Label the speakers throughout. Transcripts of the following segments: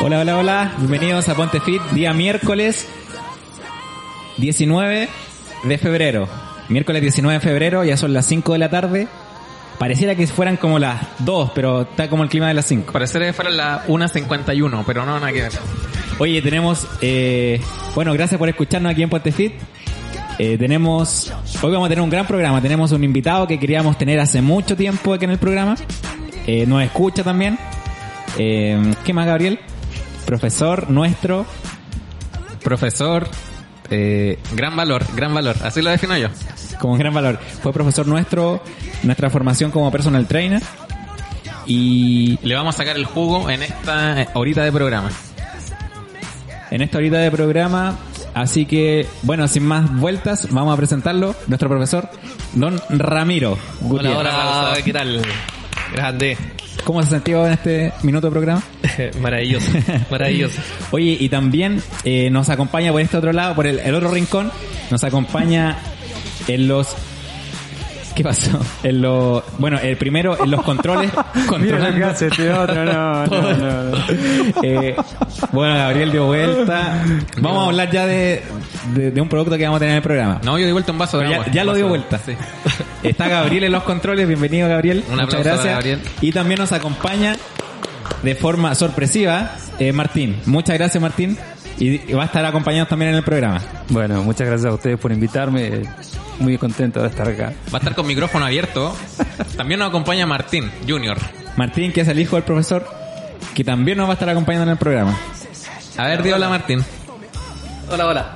Speaker 1: Hola, hola, hola. Bienvenidos a Ponte Fit, día miércoles 19 de febrero. Miércoles 19 de febrero, ya son las 5 de la tarde. Pareciera que fueran como las 2, pero está como el clima de las 5.
Speaker 2: Pareciera que fuera la 1.51, pero no, nada que ver.
Speaker 1: Oye, tenemos... eh, bueno, gracias por escucharnos aquí en Ponte Fit. Eh, tenemos... Hoy vamos a tener un gran programa. Tenemos un invitado que queríamos tener hace mucho tiempo aquí en el programa. Eh, nos escucha también. Eh, ¿Qué más, Gabriel? Profesor nuestro.
Speaker 2: Profesor, eh, gran valor, gran valor. Así lo defino yo.
Speaker 1: como un gran valor. Fue profesor nuestro, nuestra formación como personal trainer. Y
Speaker 2: Le vamos a sacar el jugo en esta eh, horita de programa.
Speaker 1: en esta horita de programa, así que, bueno, sin más vueltas, vamos a presentarlo, nuestro profesor, don Ramiro. Gutiérrez.
Speaker 3: Hola, hola, ¿qué tal? Grande,
Speaker 1: ¿Cómo se sintió en este minuto de programa?
Speaker 3: maravilloso, maravilloso.
Speaker 1: Oye, y también eh, nos acompaña por este otro lado, por el, el otro rincón, nos acompaña en los... ¿Qué pasó? En los... Bueno, el primero, en los controles.
Speaker 4: Mira lo que
Speaker 1: controlando-
Speaker 4: hace este otro, no, no, no, no.
Speaker 1: Eh, bueno, Gabriel dio vuelta. Vamos a hablar ya de, de- de un producto que vamos a tener en el programa.
Speaker 2: No, yo di vuelta un vaso de
Speaker 1: Pero ya,
Speaker 2: agua.
Speaker 1: ya lo
Speaker 2: Un
Speaker 1: dio
Speaker 2: vaso
Speaker 1: vuelta.
Speaker 2: de agua, sí.
Speaker 1: Está Gabriel en los controles. Bienvenido, Gabriel.
Speaker 2: Un
Speaker 1: Muchas
Speaker 2: aplauso para
Speaker 1: gracias.
Speaker 2: Gabriel.
Speaker 1: Y también nos acompaña de forma sorpresiva eh, Martín. Muchas gracias, Martín. Y va a estar acompañado también en el programa.
Speaker 4: Bueno, muchas gracias a ustedes por invitarme. Muy contento de estar acá.
Speaker 2: Va a estar con micrófono abierto. También nos acompaña Martín Junior.
Speaker 1: Martín, que es el hijo del profesor, que también nos va a estar acompañando en el programa.
Speaker 2: A ver, di hola Martín.
Speaker 3: Hola, hola.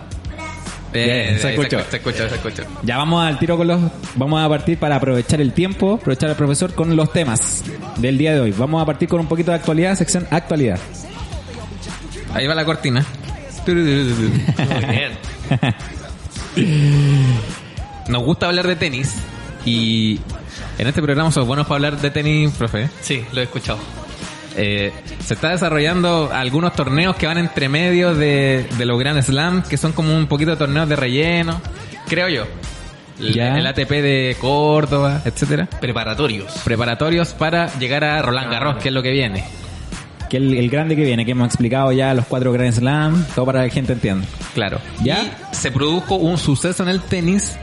Speaker 1: Bien, se
Speaker 2: ahí
Speaker 1: escuchó.
Speaker 2: Se escuchó, se escuchó.
Speaker 1: Ya vamos al tiro con los. Vamos a partir para aprovechar el tiempo, aprovechar al profesor con los temas del día de hoy. Vamos a partir con un poquito de actualidad, sección actualidad.
Speaker 2: Ahí va la cortina.
Speaker 3: Muy bien.
Speaker 2: Nos gusta hablar de tenis y en este programa somos buenos para hablar de tenis, profe.
Speaker 3: Sí, lo he escuchado.
Speaker 2: Eh, se está desarrollando algunos torneos que van entre medio de, de los Grand Slam, que son como un poquito de torneos de relleno, creo yo. El,
Speaker 1: Ya.
Speaker 2: el ATP de Córdoba, etcétera.
Speaker 3: Preparatorios.
Speaker 2: Preparatorios para llegar a Roland Garros, que es lo que viene.
Speaker 1: Que el, el grande que viene, que hemos explicado ya los cuatro Grand Slam, todo para que la gente entienda.
Speaker 2: Claro.
Speaker 1: ¿Ya?
Speaker 2: Y se produjo un suceso en el tenis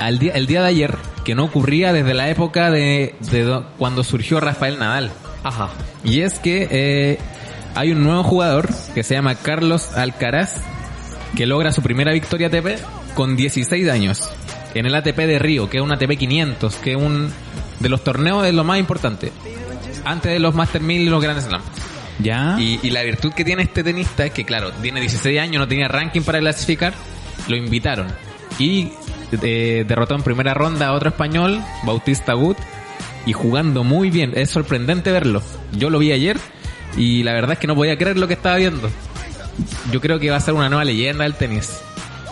Speaker 2: al día, el día de ayer que no ocurría desde la época de, de do- cuando surgió Rafael Nadal.
Speaker 3: Ajá.
Speaker 2: Y es que eh, hay un nuevo jugador que se llama Carlos Alcaraz que logra su primera victoria ATP con 16 años en el ATP de Río, que es un ATP 500, que es un de los torneos de lo más importante. Antes de los Master 1000 y los Grand Slam.
Speaker 1: ¿Ya?
Speaker 2: Y, y la virtud que tiene este tenista es que, claro, tiene 16 años, no tenía ranking para clasificar, lo invitaron. Y eh, derrotó en primera ronda a otro español, Bautista Gut, y jugando muy bien. Es sorprendente verlo. Yo lo vi ayer y la verdad es que no podía creer lo que estaba viendo. Yo creo que va a ser una nueva leyenda del tenis.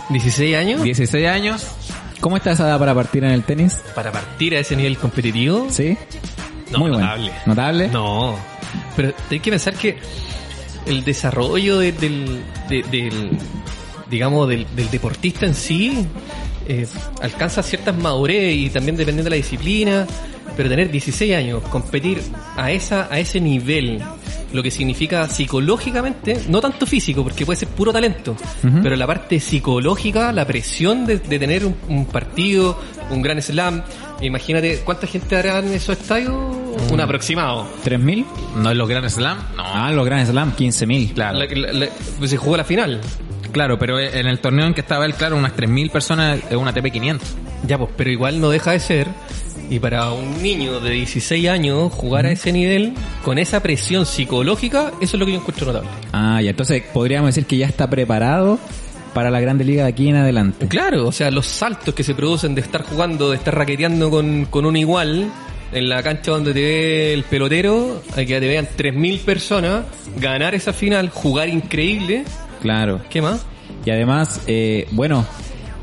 Speaker 3: 16 años.
Speaker 2: 16 años,
Speaker 1: ¿Cómo está esa edad para partir en el tenis?
Speaker 3: Para partir a ese nivel competitivo.
Speaker 1: ¿Sí?
Speaker 3: No,
Speaker 1: Muy bueno.
Speaker 3: notable.
Speaker 1: ¿Notable?
Speaker 3: No. Pero hay que pensar que el desarrollo de- del, de- del- digamos, del, del deportista en sí eh, alcanza ciertas madurez y también dependiendo de la disciplina. Pero tener 16 años, competir a esa a ese nivel, lo que significa psicológicamente, no tanto físico, porque puede ser puro talento, pero la parte psicológica, la presión de, de tener un, un partido, un gran slam, imagínate cuánta gente hará en esos estadios, un aproximado.
Speaker 1: ¿3.000?
Speaker 2: no en los Grand Slam, no.
Speaker 1: Ah, los Grand Slam, 15.000.
Speaker 2: Claro.
Speaker 3: La- la- la- pues se jugó la final.
Speaker 2: Claro, pero en el torneo en que estaba él, claro, unas 3.000 personas en una ATP 500.
Speaker 3: Ya, pues, pero igual no deja de ser. Y para un niño de 16 años jugar a ese nivel, con esa presión psicológica, eso es lo que yo encuentro notable.
Speaker 1: Ah, ya. Entonces podríamos decir que ya está preparado para la Grande Liga de aquí en adelante.
Speaker 3: Claro, o sea, los saltos que se producen de estar jugando, de estar raqueteando con, con un igual, en la cancha donde te ve el pelotero, a que te vean 3.000 personas, ganar esa final, jugar increíble,
Speaker 1: Claro.
Speaker 3: ¿qué más?
Speaker 1: Y además, eh, bueno,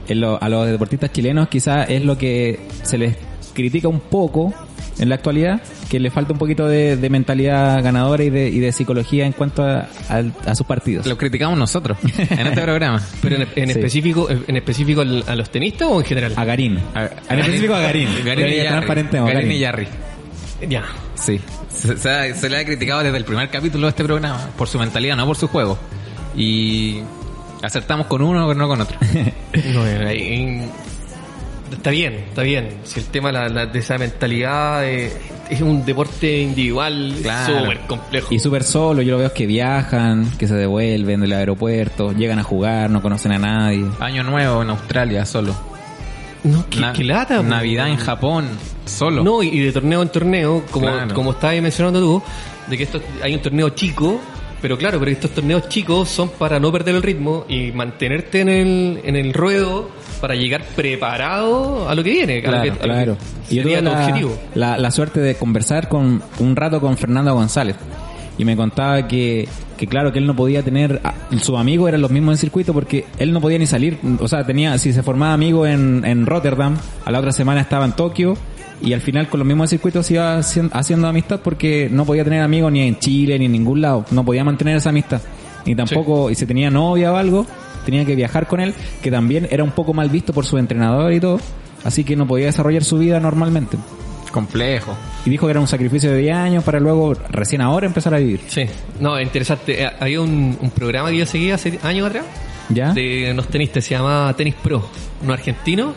Speaker 1: en lo- a los deportistas chilenos quizás es lo que se les critica un poco en la actualidad, que le falta un poquito de, de mentalidad ganadora y de, y de psicología en cuanto a, al- a sus partidos.
Speaker 2: Lo criticamos nosotros en este programa.
Speaker 3: Pero en, en
Speaker 1: Sí.
Speaker 3: específico, en específico al- a los tenistas o en general?
Speaker 1: A Garín. en específico a Garín.
Speaker 2: Garín y
Speaker 1: Ya
Speaker 2: Yarry.
Speaker 1: transparentemos,
Speaker 2: Garín
Speaker 1: Garín.
Speaker 2: y Yarry.
Speaker 3: Ya.
Speaker 2: Sí. Se, se ha- se le ha criticado desde el primer capítulo de este programa por su mentalidad, no por su juego. Y acertamos con uno, no con otro.
Speaker 3: No, eh, ahí- está bien, está bien. Si el tema la- la- de esa mentalidad eh, es un deporte individual
Speaker 2: Claro.
Speaker 3: súper complejo.
Speaker 1: Y súper solo, yo lo veo es que viajan, que se devuelven del aeropuerto, llegan a jugar, no conocen a nadie.
Speaker 2: Año nuevo en Australia solo.
Speaker 3: no, qué,
Speaker 2: Na-
Speaker 3: qué lata. po.
Speaker 2: Navidad en Japón solo.
Speaker 3: No, y y de torneo en torneo, como,
Speaker 2: Claro.
Speaker 3: como estabas mencionando tú, de que esto, hay un torneo chico, pero claro, pero estos torneos chicos son para no perder el ritmo y mantenerte en el, en el ruedo para llegar preparado a lo que viene. a lo que- a lo que
Speaker 1: Y yo tuve
Speaker 3: sería tu
Speaker 1: la,
Speaker 3: objetivo.
Speaker 1: la- la suerte de conversar con un rato con Fernando González. Y me contaba que, que claro, que él no podía tener... a- Sus amigos eran los mismos en circuito porque él no podía ni salir. O sea, tenía si se formaba amigo en, en Rotterdam, a la otra semana estaba en Tokio. Y al final con los mismos circuitos se iba hacien- haciendo amistad porque no podía tener amigos ni en Chile ni en ningún lado. No podía mantener esa amistad. Ni tampoco, y si tenía novia o algo, tenía que viajar con él, que también era un poco mal visto por su entrenador y todo, así que no podía desarrollar su vida normalmente.
Speaker 2: Complejo.
Speaker 1: Y dijo que era un sacrificio de 10 años para luego, recién ahora, empezar a vivir.
Speaker 3: Sí, no, interesante. Eh, Había un, un programa que yo seguía hace años atrás
Speaker 1: ¿Ya?
Speaker 3: de unos tenistas, se llamaba Tenis Pro, un argentino.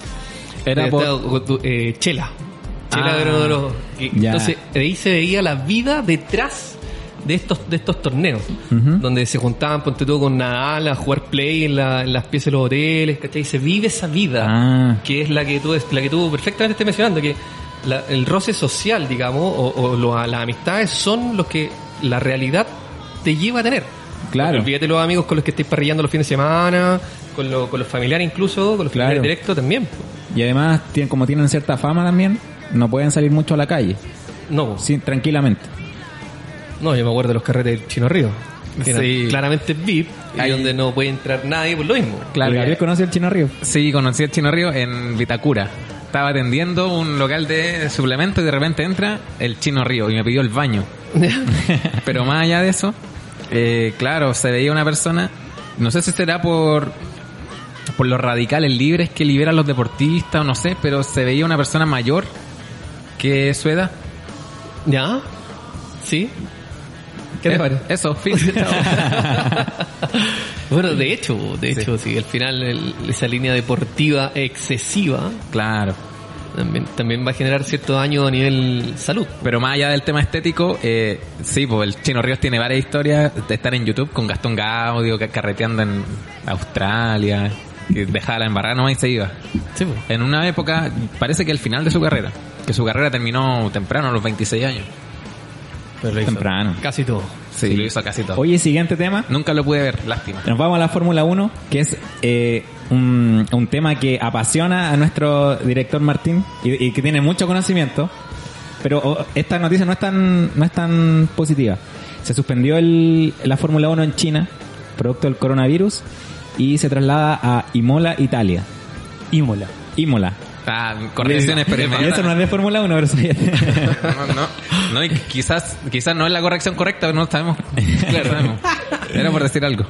Speaker 1: Era
Speaker 3: Eh,
Speaker 1: por-
Speaker 3: estaba- eh, Chela. Chela
Speaker 2: Ah,
Speaker 3: era uno de los- y-
Speaker 1: ya.
Speaker 3: Entonces ahí se veía la vida detrás de estos de estos torneos, donde se juntaban, ponte todo con Nadal a jugar play en, la- en las piezas de los hoteles, ¿cachai? Se vive esa vida
Speaker 1: Ah.
Speaker 3: que es la que tú la que tú perfectamente estás mencionando que la- el roce social digamos o, o lo- las amistades son los que la realidad te lleva a tener
Speaker 1: Claro.
Speaker 3: olvídate los amigos con los que estés parrillando los fines de semana con, lo- con los familiares incluso con los
Speaker 1: Claro.
Speaker 3: familiares directos también
Speaker 1: Y además, tienen, como tienen cierta fama también, no pueden salir mucho a la calle,
Speaker 3: no
Speaker 1: sí, tranquilamente.
Speaker 3: no yo me acuerdo de los carretes del Chino Río que eran
Speaker 2: Sí.
Speaker 3: claramente VIP y
Speaker 2: Ahí-
Speaker 3: donde no puede entrar nadie por lo mismo
Speaker 2: Claro.
Speaker 1: El Gabriel conoce el Chino Río.
Speaker 2: Sí, conocí a Chino Río en Vitacura. Estaba atendiendo un local de suplemento y de repente entra el Chino Río y me pidió el baño. Pero más allá de eso, eh, claro, se veía una persona, no sé si será por, por los radicales libres que liberan los deportistas o no sé, pero se veía una persona mayor que su edad.
Speaker 3: ya sí ¿Qué te
Speaker 2: Eh,
Speaker 3: parece?
Speaker 2: Eso, fin.
Speaker 3: Bueno, de hecho, de hecho, sí, al final el- esa línea deportiva excesiva
Speaker 2: claro.
Speaker 3: también, también va a generar cierto daño a nivel salud.
Speaker 2: Pero más allá del tema estético, eh, sí, pues el Chino Ríos tiene varias historias de estar en YouTube con Gastón Gaudio, ca- carreteando en Australia, que dejaba la embarrada nomás y se iba.
Speaker 3: Sí, po.
Speaker 2: En una época, parece que el final de su carrera, que su carrera terminó temprano, a los 26 años.
Speaker 1: Temprano.
Speaker 3: casi todo.
Speaker 2: Sí, lo hizo casi todo.
Speaker 1: Oye, siguiente tema.
Speaker 2: Nunca lo pude ver, lástima.
Speaker 1: Nos vamos a la Fórmula 1, que es eh, un, un tema que apasiona a nuestro director Martín y, y que tiene mucho conocimiento. Pero oh, esta noticia no es tan, no es tan positiva. Se suspendió el- la Fórmula 1 en China, producto del coronavirus, y se traslada a Imola, Italia.
Speaker 4: Imola.
Speaker 1: Imola.
Speaker 2: Ah, correcciones, pero
Speaker 1: Y eso no
Speaker 2: inmediatas.
Speaker 1: es de Fórmula 1, pero sí.
Speaker 2: no, no, no, y quizás, quizás no es la corrección correcta, no sabemos. Claro, sabemos. Era por decir algo.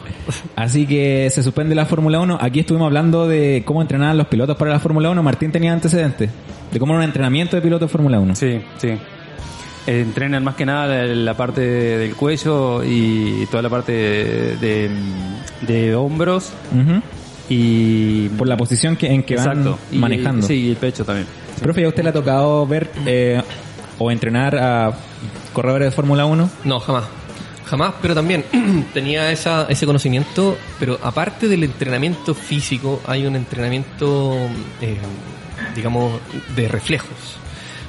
Speaker 1: Así que se suspende la Fórmula 1. Aquí estuvimos hablando de cómo entrenaban los pilotos para la Fórmula 1. Martín tenía antecedentes de cómo era un entrenamiento de piloto de Fórmula 1.
Speaker 4: Sí, sí. Eh, Entrenan más que nada la, la parte del cuello y toda la parte de, de- de hombros
Speaker 1: Ujú.
Speaker 4: y
Speaker 1: Por la posición que, en que
Speaker 4: Exacto. Y-
Speaker 1: van manejando.
Speaker 4: sí, y el pecho también.
Speaker 1: Profe, ¿y ¿a usted le ha tocado ver eh, o entrenar a corredores de Fórmula 1?
Speaker 3: No, jamás. Jamás, pero también tenía esa, ese conocimiento, pero aparte del entrenamiento físico, hay un entrenamiento, eh, digamos, de reflejos.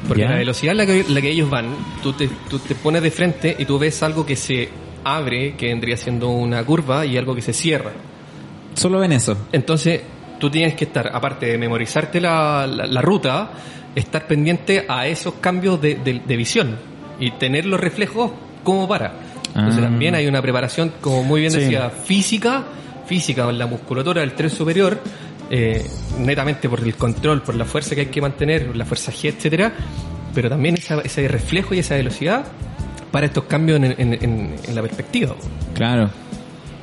Speaker 3: Porque
Speaker 1: Ya.
Speaker 3: la velocidad en la que, la que ellos van, tú te, tú te pones de frente y tú ves algo que se abre, que vendría siendo una curva, y algo que se cierra.
Speaker 1: Solo ven eso.
Speaker 3: Entonces, tú tienes que estar, aparte de memorizarte la, la- la ruta, estar pendiente a esos cambios de, de- de visión y tener los reflejos como para. Entonces,
Speaker 1: Ah.
Speaker 3: también hay una preparación, como muy bien
Speaker 4: Sí.
Speaker 3: decía, física, física en la musculatura del tren superior, eh, netamente por el control, por la fuerza que hay que mantener, la fuerza G, etcétera pero también esa- ese reflejo y esa velocidad para estos cambios en, en- en- en la perspectiva.
Speaker 1: Claro.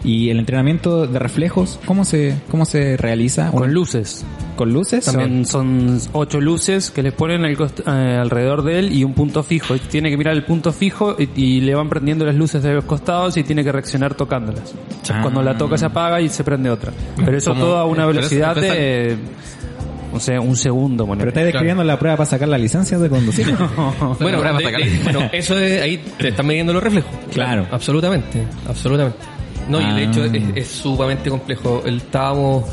Speaker 1: ¿Y el entrenamiento de reflejos, cómo se, cómo se realiza?
Speaker 4: Con luces.
Speaker 1: ¿Con luces?
Speaker 4: Son, son ocho luces que les ponen al cost- eh, alrededor de él y un punto fijo. Y Tiene que mirar el punto fijo y, y le van prendiendo las luces de los costados y tiene que reaccionar tocándolas.
Speaker 1: Ah.
Speaker 4: Cuando la toca se apaga y se prende otra. Pero eso
Speaker 2: Como-
Speaker 4: todo a una
Speaker 2: pero eso-
Speaker 4: velocidad
Speaker 2: pero eso-
Speaker 4: de, no sé, un segundo. ponele.
Speaker 1: Pero estáis describiendo la prueba para sacar la licencia de conducir.
Speaker 3: Bueno,
Speaker 2: ahora va a
Speaker 3: de-
Speaker 2: sacar.
Speaker 3: de- bueno, eso es, ahí te están midiendo los reflejos.
Speaker 1: Claro.
Speaker 3: Absolutamente, absolutamente. No, y de
Speaker 1: Ah.
Speaker 3: hecho es, es sumamente complejo. El, estábamos,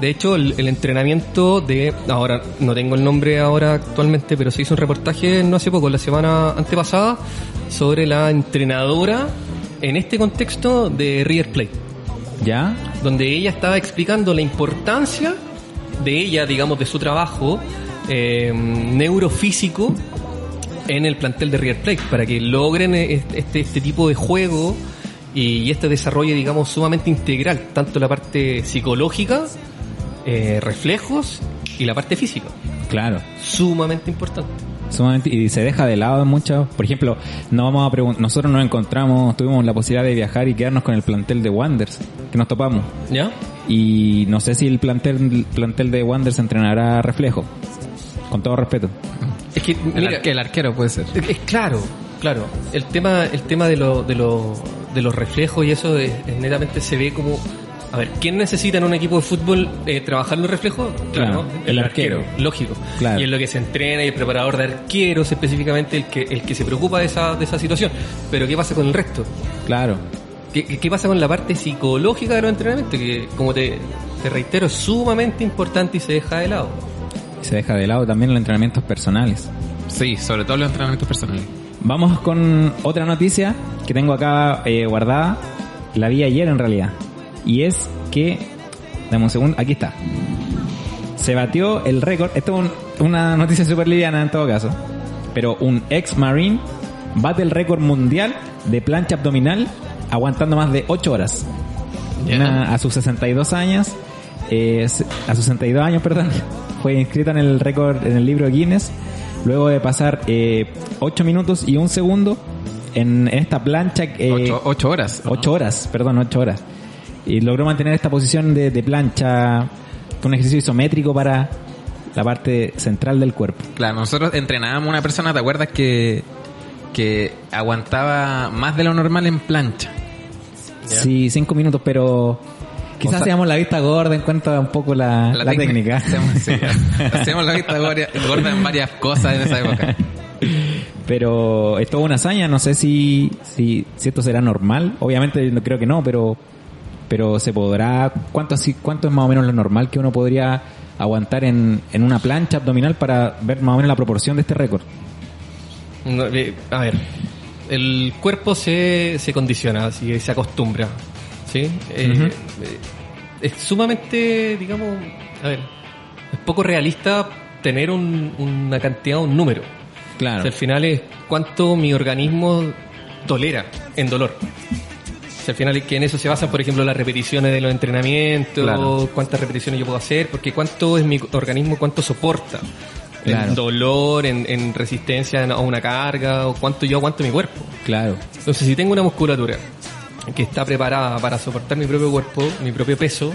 Speaker 3: de hecho, el, el entrenamiento de, ahora no tengo el nombre ahora actualmente, pero se hizo un reportaje no hace poco, la semana antepasada, sobre la entrenadora en este contexto de River Plate
Speaker 1: ¿Ya?
Speaker 3: donde ella estaba explicando la importancia de ella, digamos, de su trabajo eh, neurofísico en el plantel de River Plate, para que logren eh, este, este tipo de juego y este desarrollo, digamos, sumamente integral, tanto la parte psicológica, eh, reflejos y la parte física.
Speaker 1: Claro.
Speaker 3: Sumamente importante.
Speaker 1: Sumamente- y se deja de lado mucho. Por ejemplo, no vamos a pregun- nosotros nos encontramos, tuvimos la posibilidad de viajar y quedarnos con el plantel de Wanders, que nos topamos.
Speaker 3: ¿Ya?
Speaker 1: Y no sé si el plantel, el plantel de Wanders entrenará reflejo. Con todo respeto.
Speaker 3: Es que,
Speaker 2: El,
Speaker 3: mira,
Speaker 2: arque- el arquero puede ser.
Speaker 3: Es claro, claro. El tema, el tema de, lo- de, lo- de los reflejos y eso es, es netamente se ve como. A ver, ¿quién necesita en un equipo de fútbol eh, trabajar los reflejos?
Speaker 1: Claro, el arquero.
Speaker 3: Lógico.
Speaker 1: Claro.
Speaker 3: Y es lo que se entrena y el preparador de arqueros específicamente el que, el que se preocupa de esa, de esa situación. Pero ¿qué pasa con el resto?
Speaker 1: Claro.
Speaker 3: ¿Qué, qué- qué pasa con la parte psicológica de los entrenamientos? Que, como te, te reitero, es sumamente importante y se deja de lado.
Speaker 1: Se deja de lado también los entrenamientos personales.
Speaker 2: Sí, sobre todo los entrenamientos personales.
Speaker 1: Vamos con otra noticia que tengo acá eh, guardada. La vi ayer en realidad. Y es que. Dame un segundo. Aquí está. Se batió el récord. Esto es un- una noticia súper liviana en todo caso. Pero un ex Marine bate el récord mundial de plancha abdominal aguantando más de 8 horas.
Speaker 2: Ya.
Speaker 1: Una- a sus 62 años. eh, se- a sus 62 años, perdón. Fue inscrita en el récord, en el libro Guinness. Luego de pasar 8 minutos y 1 segundo en esta plancha. eh,
Speaker 2: ocho, ocho horas.
Speaker 1: Ocho horas, perdón, ocho horas. Y logró mantener esta posición de, de plancha, fue un ejercicio isométrico para la parte central del cuerpo.
Speaker 2: Claro, nosotros entrenábamos una persona, ¿te acuerdas? Que, que aguantaba más de lo normal en plancha.
Speaker 1: Sí, cinco minutos, pero
Speaker 2: O
Speaker 1: quizás
Speaker 2: sea-
Speaker 1: seamos la vista gorda en cuanto a un poco la, la técnica.
Speaker 2: Hacemos, sí, hacemos la vista gorda, gorda en varias cosas en esa época.
Speaker 1: Pero es toda una hazaña, no sé si, si, si esto será normal. Obviamente no creo que no, pero pero se podrá... ¿Cuánto, así, cuánto es más o menos lo normal que uno podría aguantar en, en una plancha abdominal para ver más o menos la proporción de este récord?
Speaker 3: No, eh, a ver, el cuerpo se, se condiciona, así, se acostumbra. ¿sí? Eh, eh, es sumamente, digamos, a ver, es poco realista tener un- una cantidad, un número. O
Speaker 1: Claro.
Speaker 3: sea, al final es cuánto mi organismo tolera en dolor. O sea, al final es que en eso se basan, por ejemplo, las repeticiones de los entrenamientos,
Speaker 2: Claro.
Speaker 3: cuántas repeticiones yo puedo hacer, porque cuánto es mi organismo, cuánto soporta.
Speaker 1: Claro.
Speaker 3: En dolor, en, en resistencia a una carga, o cuánto yo aguanto mi cuerpo.
Speaker 1: Claro.
Speaker 3: Entonces, si tengo una musculatura que está preparada para soportar mi propio cuerpo, mi propio peso,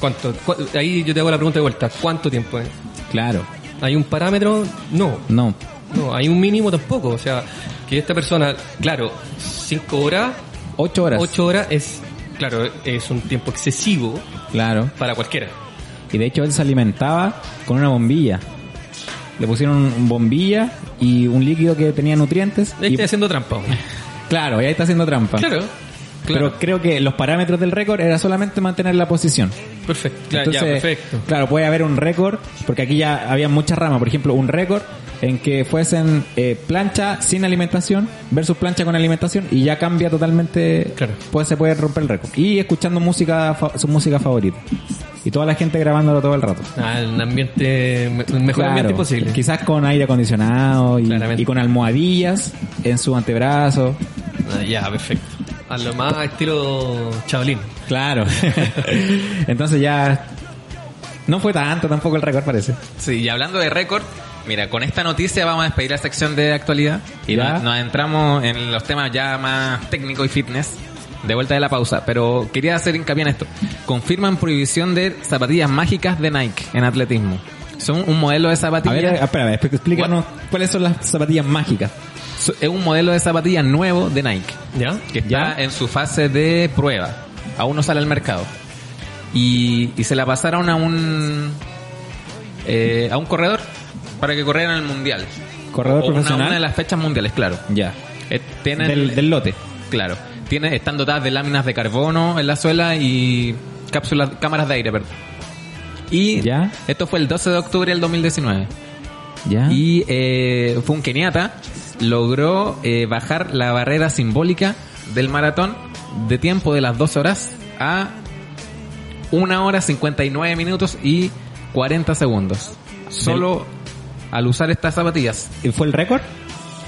Speaker 3: ¿cuánto? Cu- ahí yo te hago la pregunta de vuelta, ¿cuánto tiempo es?
Speaker 1: Claro,
Speaker 3: ¿Hay un parámetro? No,
Speaker 1: no,
Speaker 3: no, hay un mínimo tampoco. O sea, que esta persona, claro, 5 horas,
Speaker 1: ocho horas.
Speaker 3: 8 horas es, claro, es un tiempo excesivo
Speaker 1: Claro.
Speaker 3: para cualquiera.
Speaker 1: Y de hecho él se alimentaba con una bombilla. Le pusieron un bombilla y un líquido que tenía nutrientes.
Speaker 3: Ahí
Speaker 1: y-
Speaker 3: Estoy haciendo trampa. hombre.
Speaker 1: Claro, y ahí está haciendo trampa.
Speaker 3: Este Claro, claro.
Speaker 1: Pero creo que los parámetros del récord era solamente mantener la posición.
Speaker 3: perfecto. Ya, ya,
Speaker 1: Entonces,
Speaker 3: perfecto.
Speaker 1: claro, puede haber un récord, porque aquí ya había muchas ramas. Por ejemplo, un récord en que fuesen eh, plancha sin alimentación versus plancha con alimentación y ya cambia totalmente.
Speaker 3: Claro.
Speaker 1: Pues se puede romper el récord. Y escuchando música, fa- su música favorita. Y toda la gente grabándolo todo el rato.
Speaker 3: Ah, el ambiente, el mejor
Speaker 1: Claro,
Speaker 3: ambiente posible.
Speaker 1: Quizás con aire acondicionado y,
Speaker 3: Claramente.
Speaker 1: y con almohadillas en su antebrazo.
Speaker 3: Ah, ya, perfecto. A lo más estilo chavalín.
Speaker 1: Claro. Entonces ya. No fue tanto tampoco el récord, parece.
Speaker 2: Sí, y hablando de récord, Mira, con esta noticia vamos a despedir la sección de actualidad y
Speaker 1: Ya.
Speaker 2: nos, nos adentramos en los temas ya más técnicos y fitness. De vuelta de la pausa, pero quería hacer hincapié en esto. Confirman prohibición de zapatillas mágicas de Nike en atletismo. Son un modelo de
Speaker 1: A ver,
Speaker 2: zapatillas.
Speaker 1: espera, espera, explícanos cuáles son las zapatillas mágicas.
Speaker 2: so- Es un modelo de zapatillas nuevo de Nike.
Speaker 3: ¿Ya?
Speaker 2: que está en su fase de prueba. Aún no sale al mercado. Y, y se la pasaron a un eh, a un corredor para que corrieran el mundial.
Speaker 1: Corredor
Speaker 2: O una-
Speaker 1: profesional.
Speaker 2: Una, de las fechas mundiales, claro.
Speaker 1: Ya.
Speaker 2: Eh, tienen-
Speaker 1: Del, del lote.
Speaker 2: Claro. Tienen, están dotadas de láminas de carbono en la suela y cápsulas, cámaras de aire, perdón. Y
Speaker 1: Ya.
Speaker 2: esto fue el 12 de octubre del 2019.
Speaker 1: Ya. Y
Speaker 2: Y eh, fue un keniata, logró eh, bajar la barrera simbólica del maratón de tiempo de las 2 horas a 1 hora 59 minutos y 40 segundos. Solo al usar estas zapatillas.
Speaker 1: ¿y fue el récord.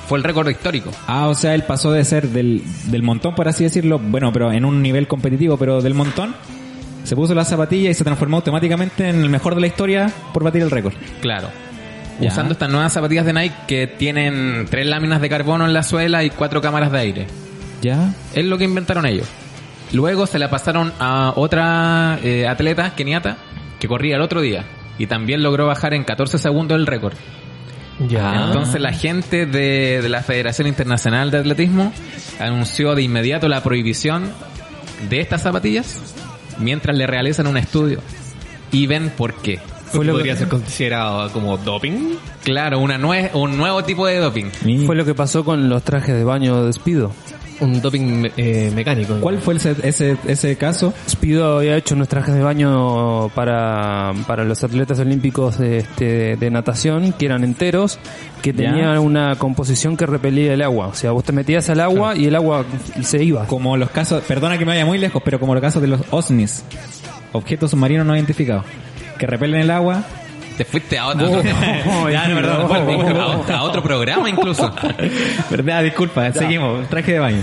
Speaker 2: Fue el récord histórico.
Speaker 1: Ah, o sea, él pasó de ser del, del montón, por así decirlo, bueno, pero en un nivel competitivo, pero del montón, se puso la zapatilla y se transformó automáticamente en el mejor de la historia por batir el récord.
Speaker 2: Claro.
Speaker 1: Ya.
Speaker 2: Usando estas nuevas zapatillas de Nike que tienen tres láminas de carbono en la suela y cuatro cámaras de aire.
Speaker 1: Ya.
Speaker 2: Es lo que inventaron ellos. Luego se la pasaron a otra eh, atleta keniata que corría el otro día y también logró bajar en 14 segundos el récord.
Speaker 3: Ya.
Speaker 2: Entonces la gente de, de la Federación Internacional de Atletismo anunció de inmediato la prohibición de estas zapatillas mientras le realizan un estudio y ven por qué.
Speaker 4: Fue lo
Speaker 3: podría
Speaker 4: que-
Speaker 3: ser considerado como doping.
Speaker 2: Claro, una nue- un nuevo tipo de doping.
Speaker 1: Mi-
Speaker 4: Fue lo que pasó con los trajes de baño de Spido.
Speaker 3: Un doping me- eh, mecánico.
Speaker 1: ¿Cuál fue ese, ese, ese caso?
Speaker 4: Spido había hecho unos trajes de baño para, para los atletas olímpicos de, este, de natación, que eran enteros, que
Speaker 1: Ya.
Speaker 4: tenían una composición que repelía el agua. O sea, vos te metías al agua y el agua se iba.
Speaker 1: Como los casos, perdona que me vaya muy lejos, pero como los casos de los OSNIs, objetos submarinos no identificados, que repelen el agua.
Speaker 2: Te fuiste a otro, a otro-
Speaker 1: ya, no,
Speaker 2: a
Speaker 1: perdón,
Speaker 2: otro- a otro- a otro programa incluso.
Speaker 1: Verdad, disculpa, seguimos, traje de baño.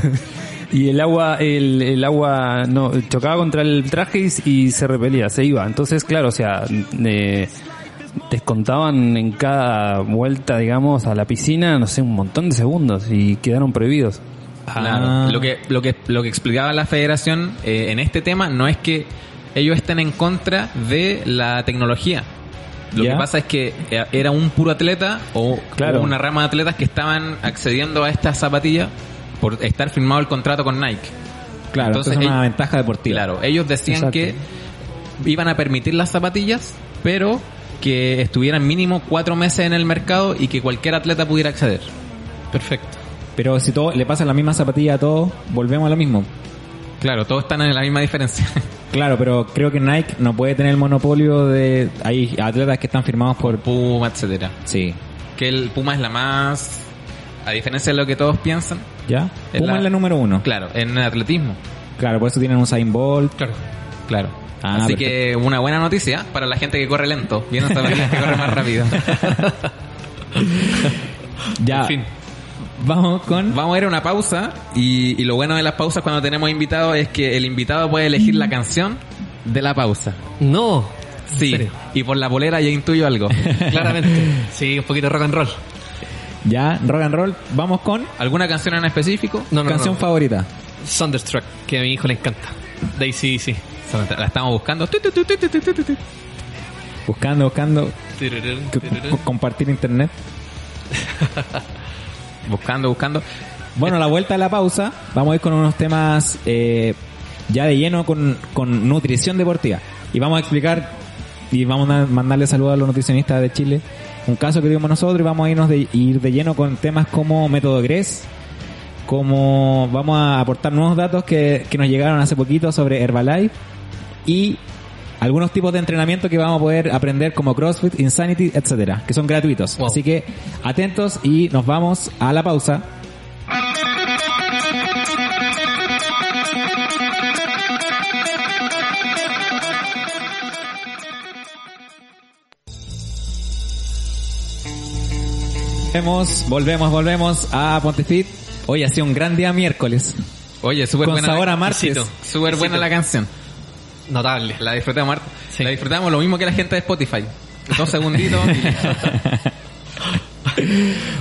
Speaker 4: Y el agua, el, el agua no chocaba contra el traje y, y se repelía, se iba. Entonces, claro, o sea, eh, descontaban en cada vuelta, digamos, a la piscina, no sé, un montón de segundos y quedaron prohibidos.
Speaker 1: Ah.
Speaker 2: Claro. Lo que, lo que, lo que explicaba la federación eh, en este tema no es que ellos estén en contra de la tecnología. Lo
Speaker 1: Ya.
Speaker 2: que pasa es que eh, era un puro atleta o
Speaker 4: Claro.
Speaker 2: una rama de atletas que estaban accediendo a esta zapatilla por estar firmado el contrato con Nike.
Speaker 1: Claro, entonces,
Speaker 2: Entonces,
Speaker 1: es una
Speaker 2: ell-
Speaker 1: ventaja deportiva.
Speaker 2: Claro, ellos decían
Speaker 4: Exacto.
Speaker 2: que iban a permitir las zapatillas, pero que estuvieran mínimo cuatro meses en el mercado y que cualquier atleta pudiera acceder.
Speaker 3: Perfecto.
Speaker 1: Pero si todo le pasa la misma zapatilla a todos, volvemos a lo mismo.
Speaker 2: Claro, todos están en la misma diferencia.
Speaker 1: Claro, pero creo que Nike no puede tener el monopolio de... Hay atletas que están firmados por...
Speaker 2: Puma, etcétera.
Speaker 1: Sí.
Speaker 2: que el Puma es la más, a diferencia de lo que todos piensan,
Speaker 1: ¿Ya?
Speaker 2: Es
Speaker 1: Puma
Speaker 2: la-
Speaker 1: es la número uno.
Speaker 2: claro, en el atletismo,
Speaker 1: Claro, por eso tienen un Usain Bolt.
Speaker 3: Claro.
Speaker 2: claro.
Speaker 1: Ah,
Speaker 2: Así
Speaker 1: perfecto.
Speaker 2: que una buena noticia para la gente que corre lento, vienen zapatillas que corre más rápido.
Speaker 1: Ya.
Speaker 3: En fin.
Speaker 1: Vamos con...
Speaker 2: Vamos a ir a una pausa y, y lo bueno de las pausas cuando tenemos invitados es que el invitado puede elegir la canción de la pausa.
Speaker 3: No. ¿En
Speaker 2: Sí,
Speaker 3: serio?
Speaker 2: y por la polera ya intuyo algo.
Speaker 3: Claramente. Sí, un poquito rock and roll.
Speaker 1: Ya, rock and roll. Vamos con...
Speaker 2: ¿Alguna canción en específico?
Speaker 3: No, no,
Speaker 1: canción
Speaker 3: no.
Speaker 1: favorita.
Speaker 3: Thunderstruck, que a mi hijo le encanta. Daisy, sí.
Speaker 2: La estamos buscando. Tu, tu, tu, tu, tu, tu, tu, tu.
Speaker 1: Buscando, buscando... c- c- Compartir internet.
Speaker 2: Buscando, buscando.
Speaker 1: Bueno, a la vuelta a la pausa, vamos a ir con unos temas eh, ya de lleno con, con nutrición deportiva. Y vamos a explicar y vamos a mandarle saludos a los nutricionistas de Chile. Un caso que tuvimos nosotros y vamos a irnos de, ir de lleno con temas como método GRES, como vamos a aportar nuevos datos que, que nos llegaron hace poquito sobre Herbalife y algunos tipos de entrenamiento que vamos a poder aprender como CrossFit, Insanity, etcétera, que son gratuitos.
Speaker 3: Wow.
Speaker 1: Así que atentos y nos vamos a la pausa. Volvemos, volvemos, volvemos a Pontefit. Hoy ha sido un gran día miércoles.
Speaker 2: Oye, súper
Speaker 1: Con
Speaker 2: buena.
Speaker 1: sabor
Speaker 2: la-
Speaker 1: a martes.
Speaker 2: Súper buena la canción.
Speaker 3: Notable.
Speaker 2: La disfrutamos harto.
Speaker 3: Sí.
Speaker 2: La disfrutamos lo mismo que la gente de Spotify. Dos segunditos. y listo.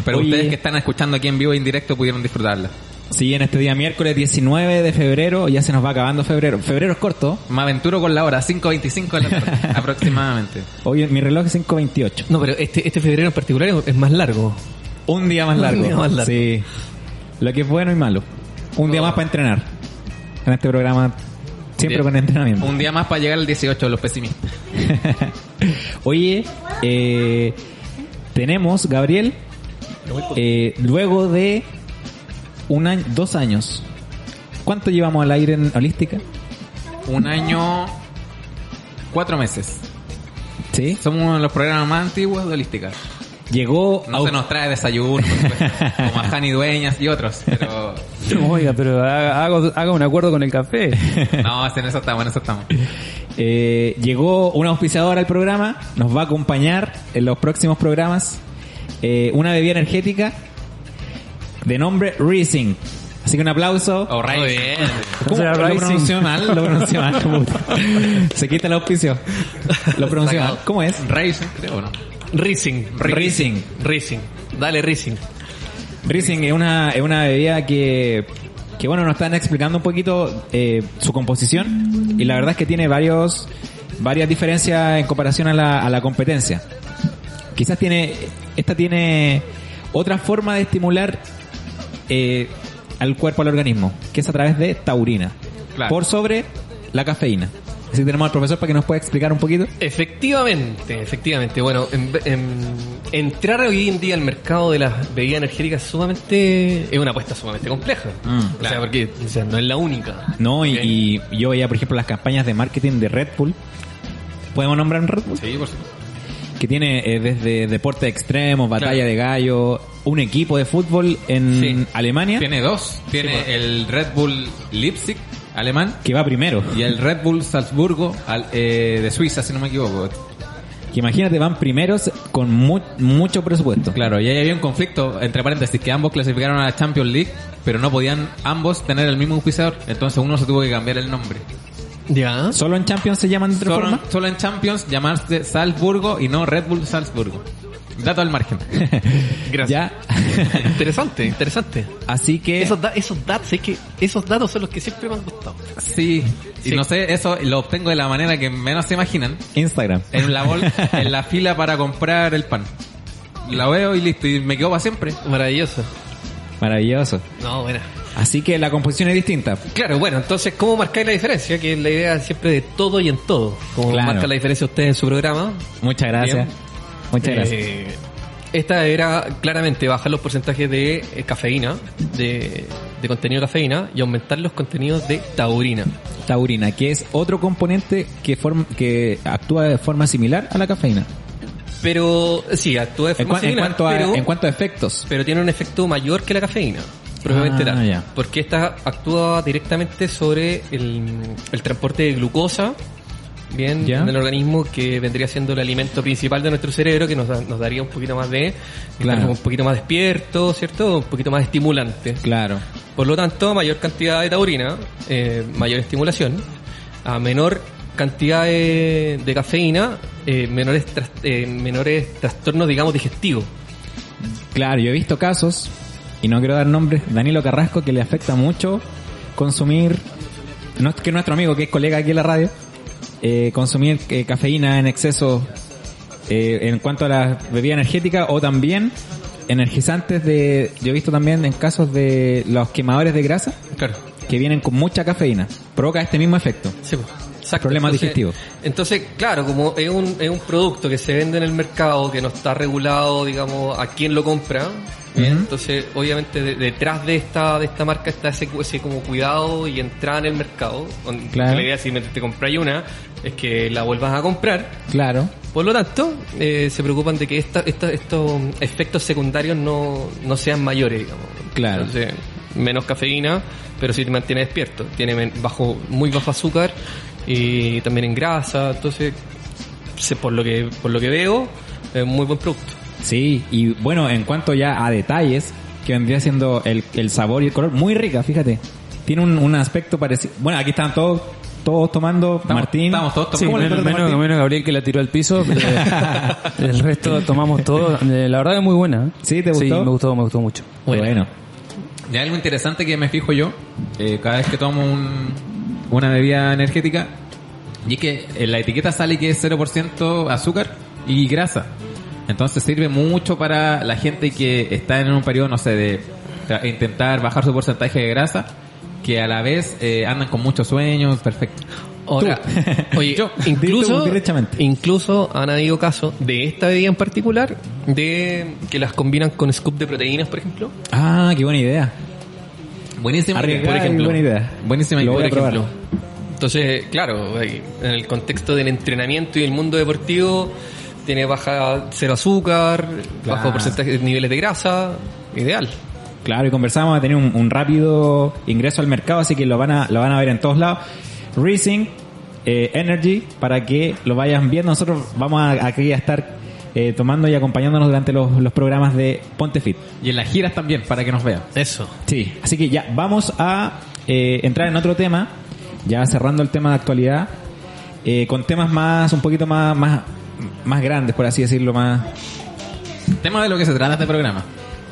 Speaker 2: Pero
Speaker 1: Oye.
Speaker 2: ustedes que están escuchando aquí en vivo e indirecto pudieron disfrutarla.
Speaker 1: Sí, en este día miércoles 19 de febrero, ya se nos va acabando febrero. Febrero es corto.
Speaker 2: Me aventuro con la hora, 5.25 de la tarde, aproximadamente.
Speaker 1: Hoy mi reloj es 5.28.
Speaker 3: No, pero este, este febrero en particular es- es más largo.
Speaker 1: Un día más largo.
Speaker 3: Un día más largo.
Speaker 1: Sí. Lo que es bueno y malo. Un día más para entrenar. En este programa siempre
Speaker 2: Bien.
Speaker 1: con entrenamiento.
Speaker 2: Un día más para llegar al 18, los pesimistas.
Speaker 1: Oye, eh, tenemos, Gabriel, eh, luego de un año, dos años, ¿cuánto llevamos al aire en holística?
Speaker 2: Un año, cuatro meses.
Speaker 1: Sí.
Speaker 2: Somos uno de los programas más antiguos de Holística.
Speaker 1: Llegó
Speaker 2: No se nos trae desayuno, por supuesto, como a Jani Dueñas y otros, pero...
Speaker 4: Oiga, pero haga, haga- haga un acuerdo con el café.
Speaker 2: No, en eso estamos, en eso estamos.
Speaker 1: Eh, llegó un auspiciador al programa, nos va a acompañar en los próximos programas. eh, una bebida energética de nombre Rising. Así que un aplauso.
Speaker 2: Oh, Ray.
Speaker 1: ¿Cómo?
Speaker 4: Será
Speaker 1: Lo
Speaker 4: Rising.
Speaker 1: pronuncié mal, lo pronuncié mal. puta. Se quita el auspicio. Lo pronuncié mal. ¿Cómo es?
Speaker 2: Racing, creo, ¿no?
Speaker 3: Rising.
Speaker 1: Rising.
Speaker 3: Rising. Dale, Rising.
Speaker 1: Rising es una, es una bebida que, que bueno, nos están explicando un poquito eh, su composición y la verdad es que tiene varios, varias diferencias en comparación a la, a la competencia. Quizás tiene, esta tiene otra forma de estimular eh, al cuerpo, al organismo, que es a través de taurina,
Speaker 2: Claro.
Speaker 1: por sobre la cafeína. Así que tenemos al profesor para que nos pueda explicar un poquito.
Speaker 3: Efectivamente, efectivamente. Bueno, en- en- entrar hoy en día al mercado de las bebidas energéticas es sumamente es una apuesta sumamente compleja.
Speaker 1: Mm,
Speaker 3: o sea, porque o sea, no es la única.
Speaker 1: No, y,
Speaker 3: Ok.
Speaker 1: y yo veía, por ejemplo, las campañas de marketing de Red Bull. ¿Podemos nombrar un Red Bull?
Speaker 2: Sí, por supuesto.
Speaker 1: que tiene eh, desde deportes extremos, batalla
Speaker 2: Claro.
Speaker 1: de gallo, un equipo de fútbol en
Speaker 2: Sí.
Speaker 1: Alemania
Speaker 2: Tiene dos. Tiene el Red Bull Leipzig, alemán,
Speaker 1: que va primero.
Speaker 2: y el Red Bull Salzburgo al- eh, de Suiza, si no me equivoco.
Speaker 1: Que imagínate, van primeros con mu- mucho presupuesto.
Speaker 2: Claro, y ahí había un conflicto, entre paréntesis, que ambos clasificaron a la Champions League, pero no podían ambos tener el mismo auspiciador, entonces uno se tuvo que cambiar el nombre.
Speaker 3: Ya.
Speaker 1: Solo en Champions se llaman de otra
Speaker 2: Solo,
Speaker 1: forma.
Speaker 2: solo en Champions llamarse Salzburgo y no Red Bull Salzburgo. Dato al margen.
Speaker 1: Ya.
Speaker 3: interesante, interesante.
Speaker 1: Así que
Speaker 3: Esos, da- esos datos, es que esos datos son los que siempre me han gustado.
Speaker 2: Sí, y
Speaker 3: Sí.
Speaker 2: no sé, eso lo obtengo de la manera que menos se imaginan.
Speaker 1: Instagram.
Speaker 2: En la, bol- en la fila para comprar el pan. La veo y listo, y me quedo para siempre.
Speaker 3: Maravilloso.
Speaker 1: Maravilloso.
Speaker 3: No, bueno.
Speaker 1: Así que la composición es distinta.
Speaker 3: Claro, bueno, entonces, ¿cómo marcáis la diferencia? Que es la idea siempre de todo y en todo. Como
Speaker 1: Claro.
Speaker 3: marca la diferencia ustedes en su programa,
Speaker 1: Muchas gracias.
Speaker 3: Bien.
Speaker 1: Muchas gracias.
Speaker 3: Eh, esta era claramente bajar los porcentajes de eh, cafeína, de, de contenido de cafeína, y aumentar los contenidos de taurina.
Speaker 1: Taurina, que es otro componente que, form- que actúa de forma similar a la cafeína.
Speaker 3: Pero sí, actúa de
Speaker 1: En,
Speaker 3: forma
Speaker 1: cua- en
Speaker 3: similar,
Speaker 1: cuanto, a,
Speaker 3: pero,
Speaker 1: en cuanto a efectos.
Speaker 3: pero tiene un efecto mayor que la cafeína, probablemente
Speaker 1: Ah, ya.
Speaker 3: Porque esta actúa directamente sobre el, el transporte de glucosa. Bien,
Speaker 1: Ya.
Speaker 3: en el organismo que vendría siendo el alimento principal de nuestro cerebro, que nos, da- nos daría un poquito más de,
Speaker 1: Claro.
Speaker 3: estar un poquito más despierto, ¿cierto? Un poquito más estimulante.
Speaker 1: Claro.
Speaker 3: Por lo tanto, mayor cantidad de taurina, eh, mayor estimulación. A menor cantidad de, de cafeína, eh, menores, tras- eh, menores trastornos, digamos, digestivos.
Speaker 1: Claro, yo he visto casos, y no quiero dar nombres, Danilo Carrasco, que le afecta mucho consumir, no es que nuestro amigo, que es colega aquí en la radio, eh, consumir eh, cafeína en exceso eh, en cuanto a la bebida energética o también energizantes de, yo he visto también en casos de los quemadores de grasa
Speaker 3: Claro.
Speaker 1: que vienen con mucha cafeína, provoca este mismo efecto.
Speaker 3: Sí, pues. Exacto.
Speaker 1: Problemas digestivos.
Speaker 3: Entonces, claro, como es un, es un producto que se vende en el mercado, que no está regulado, digamos, a quién lo compra, ¿bien?
Speaker 1: Ujú.
Speaker 3: entonces, obviamente, de- detrás de esta de esta marca está ese, cu- ese como cuidado y entrada en el mercado. Con-
Speaker 1: Claro.
Speaker 3: La idea, si me- te compras una, es que la vuelvas a comprar.
Speaker 1: Claro.
Speaker 3: Por lo tanto, eh, se preocupan de que esta, esta- estos efectos secundarios no, no sean mayores, digamos.
Speaker 1: Claro.
Speaker 3: Entonces, menos cafeína, pero sí te mantiene despierto. Tiene men- bajo, muy bajo azúcar y también en grasa. Entonces, se- por, lo que, por lo que veo, es muy buen producto.
Speaker 1: Sí, y bueno, en cuanto ya a detalles, que vendría siendo el, el sabor y el color, muy rica, fíjate. Tiene un, un aspecto parecido. Bueno, aquí están todos todos tomando.
Speaker 2: Estamos-
Speaker 1: Martín.
Speaker 2: estamos todos tomando.
Speaker 1: Sí, ¿cómo
Speaker 4: menos,
Speaker 1: le
Speaker 4: menos,
Speaker 1: trata Martín?
Speaker 4: menos Gabriel que la tiró al piso. pero el resto tomamos todo. Eh, La verdad es muy buena. ¿eh?
Speaker 1: Sí, ¿te
Speaker 4: Sí,
Speaker 1: gustó?
Speaker 4: me gustó, me gustó mucho.
Speaker 1: Bueno.
Speaker 2: Y algo interesante que me fijo yo, eh, cada vez que tomo un- una bebida energética, y es que en la etiqueta sale que es 0% azúcar y grasa. Entonces sirve mucho para la gente que está en un periodo, no sé, de tra- intentar bajar su porcentaje de grasa, que a la vez eh, andan con muchos sueños, perfecto.
Speaker 3: Ahora, oye,
Speaker 2: Yo.
Speaker 1: Dilo
Speaker 3: incluso,
Speaker 1: directamente.
Speaker 3: incluso han habido casos de esta bebida en particular, de que las combinan con scoop de proteínas, por ejemplo.
Speaker 1: Ah, qué buena idea.
Speaker 2: Buenísima idea,
Speaker 1: Arriesgada
Speaker 2: por
Speaker 1: y
Speaker 2: ejemplo.
Speaker 1: buena idea.
Speaker 2: Buenísima
Speaker 1: Lo
Speaker 2: idea,
Speaker 1: voy
Speaker 2: por
Speaker 1: a probar.
Speaker 2: ejemplo.
Speaker 3: Entonces, claro, ahí, en el contexto del entrenamiento y el mundo deportivo, tiene baja cero azúcar, bajo
Speaker 1: Claro.
Speaker 3: porcentaje de niveles de grasa, ideal.
Speaker 1: Claro, y conversamos, va a tener un, un rápido ingreso al mercado, así que lo van a, lo van a ver en todos lados. Racing eh, Energy, para que lo vayan viendo. Nosotros vamos a, aquí a estar eh, tomando y acompañándonos durante los, los programas de Ponte Fit.
Speaker 2: Y en las giras también, para que nos vean.
Speaker 3: Eso.
Speaker 1: Sí, así que ya vamos a eh, entrar en otro tema, ya cerrando el tema de actualidad, eh, con temas más, un poquito más, más, más grandes, por así decirlo, más,
Speaker 2: Tema de lo que se trata este programa.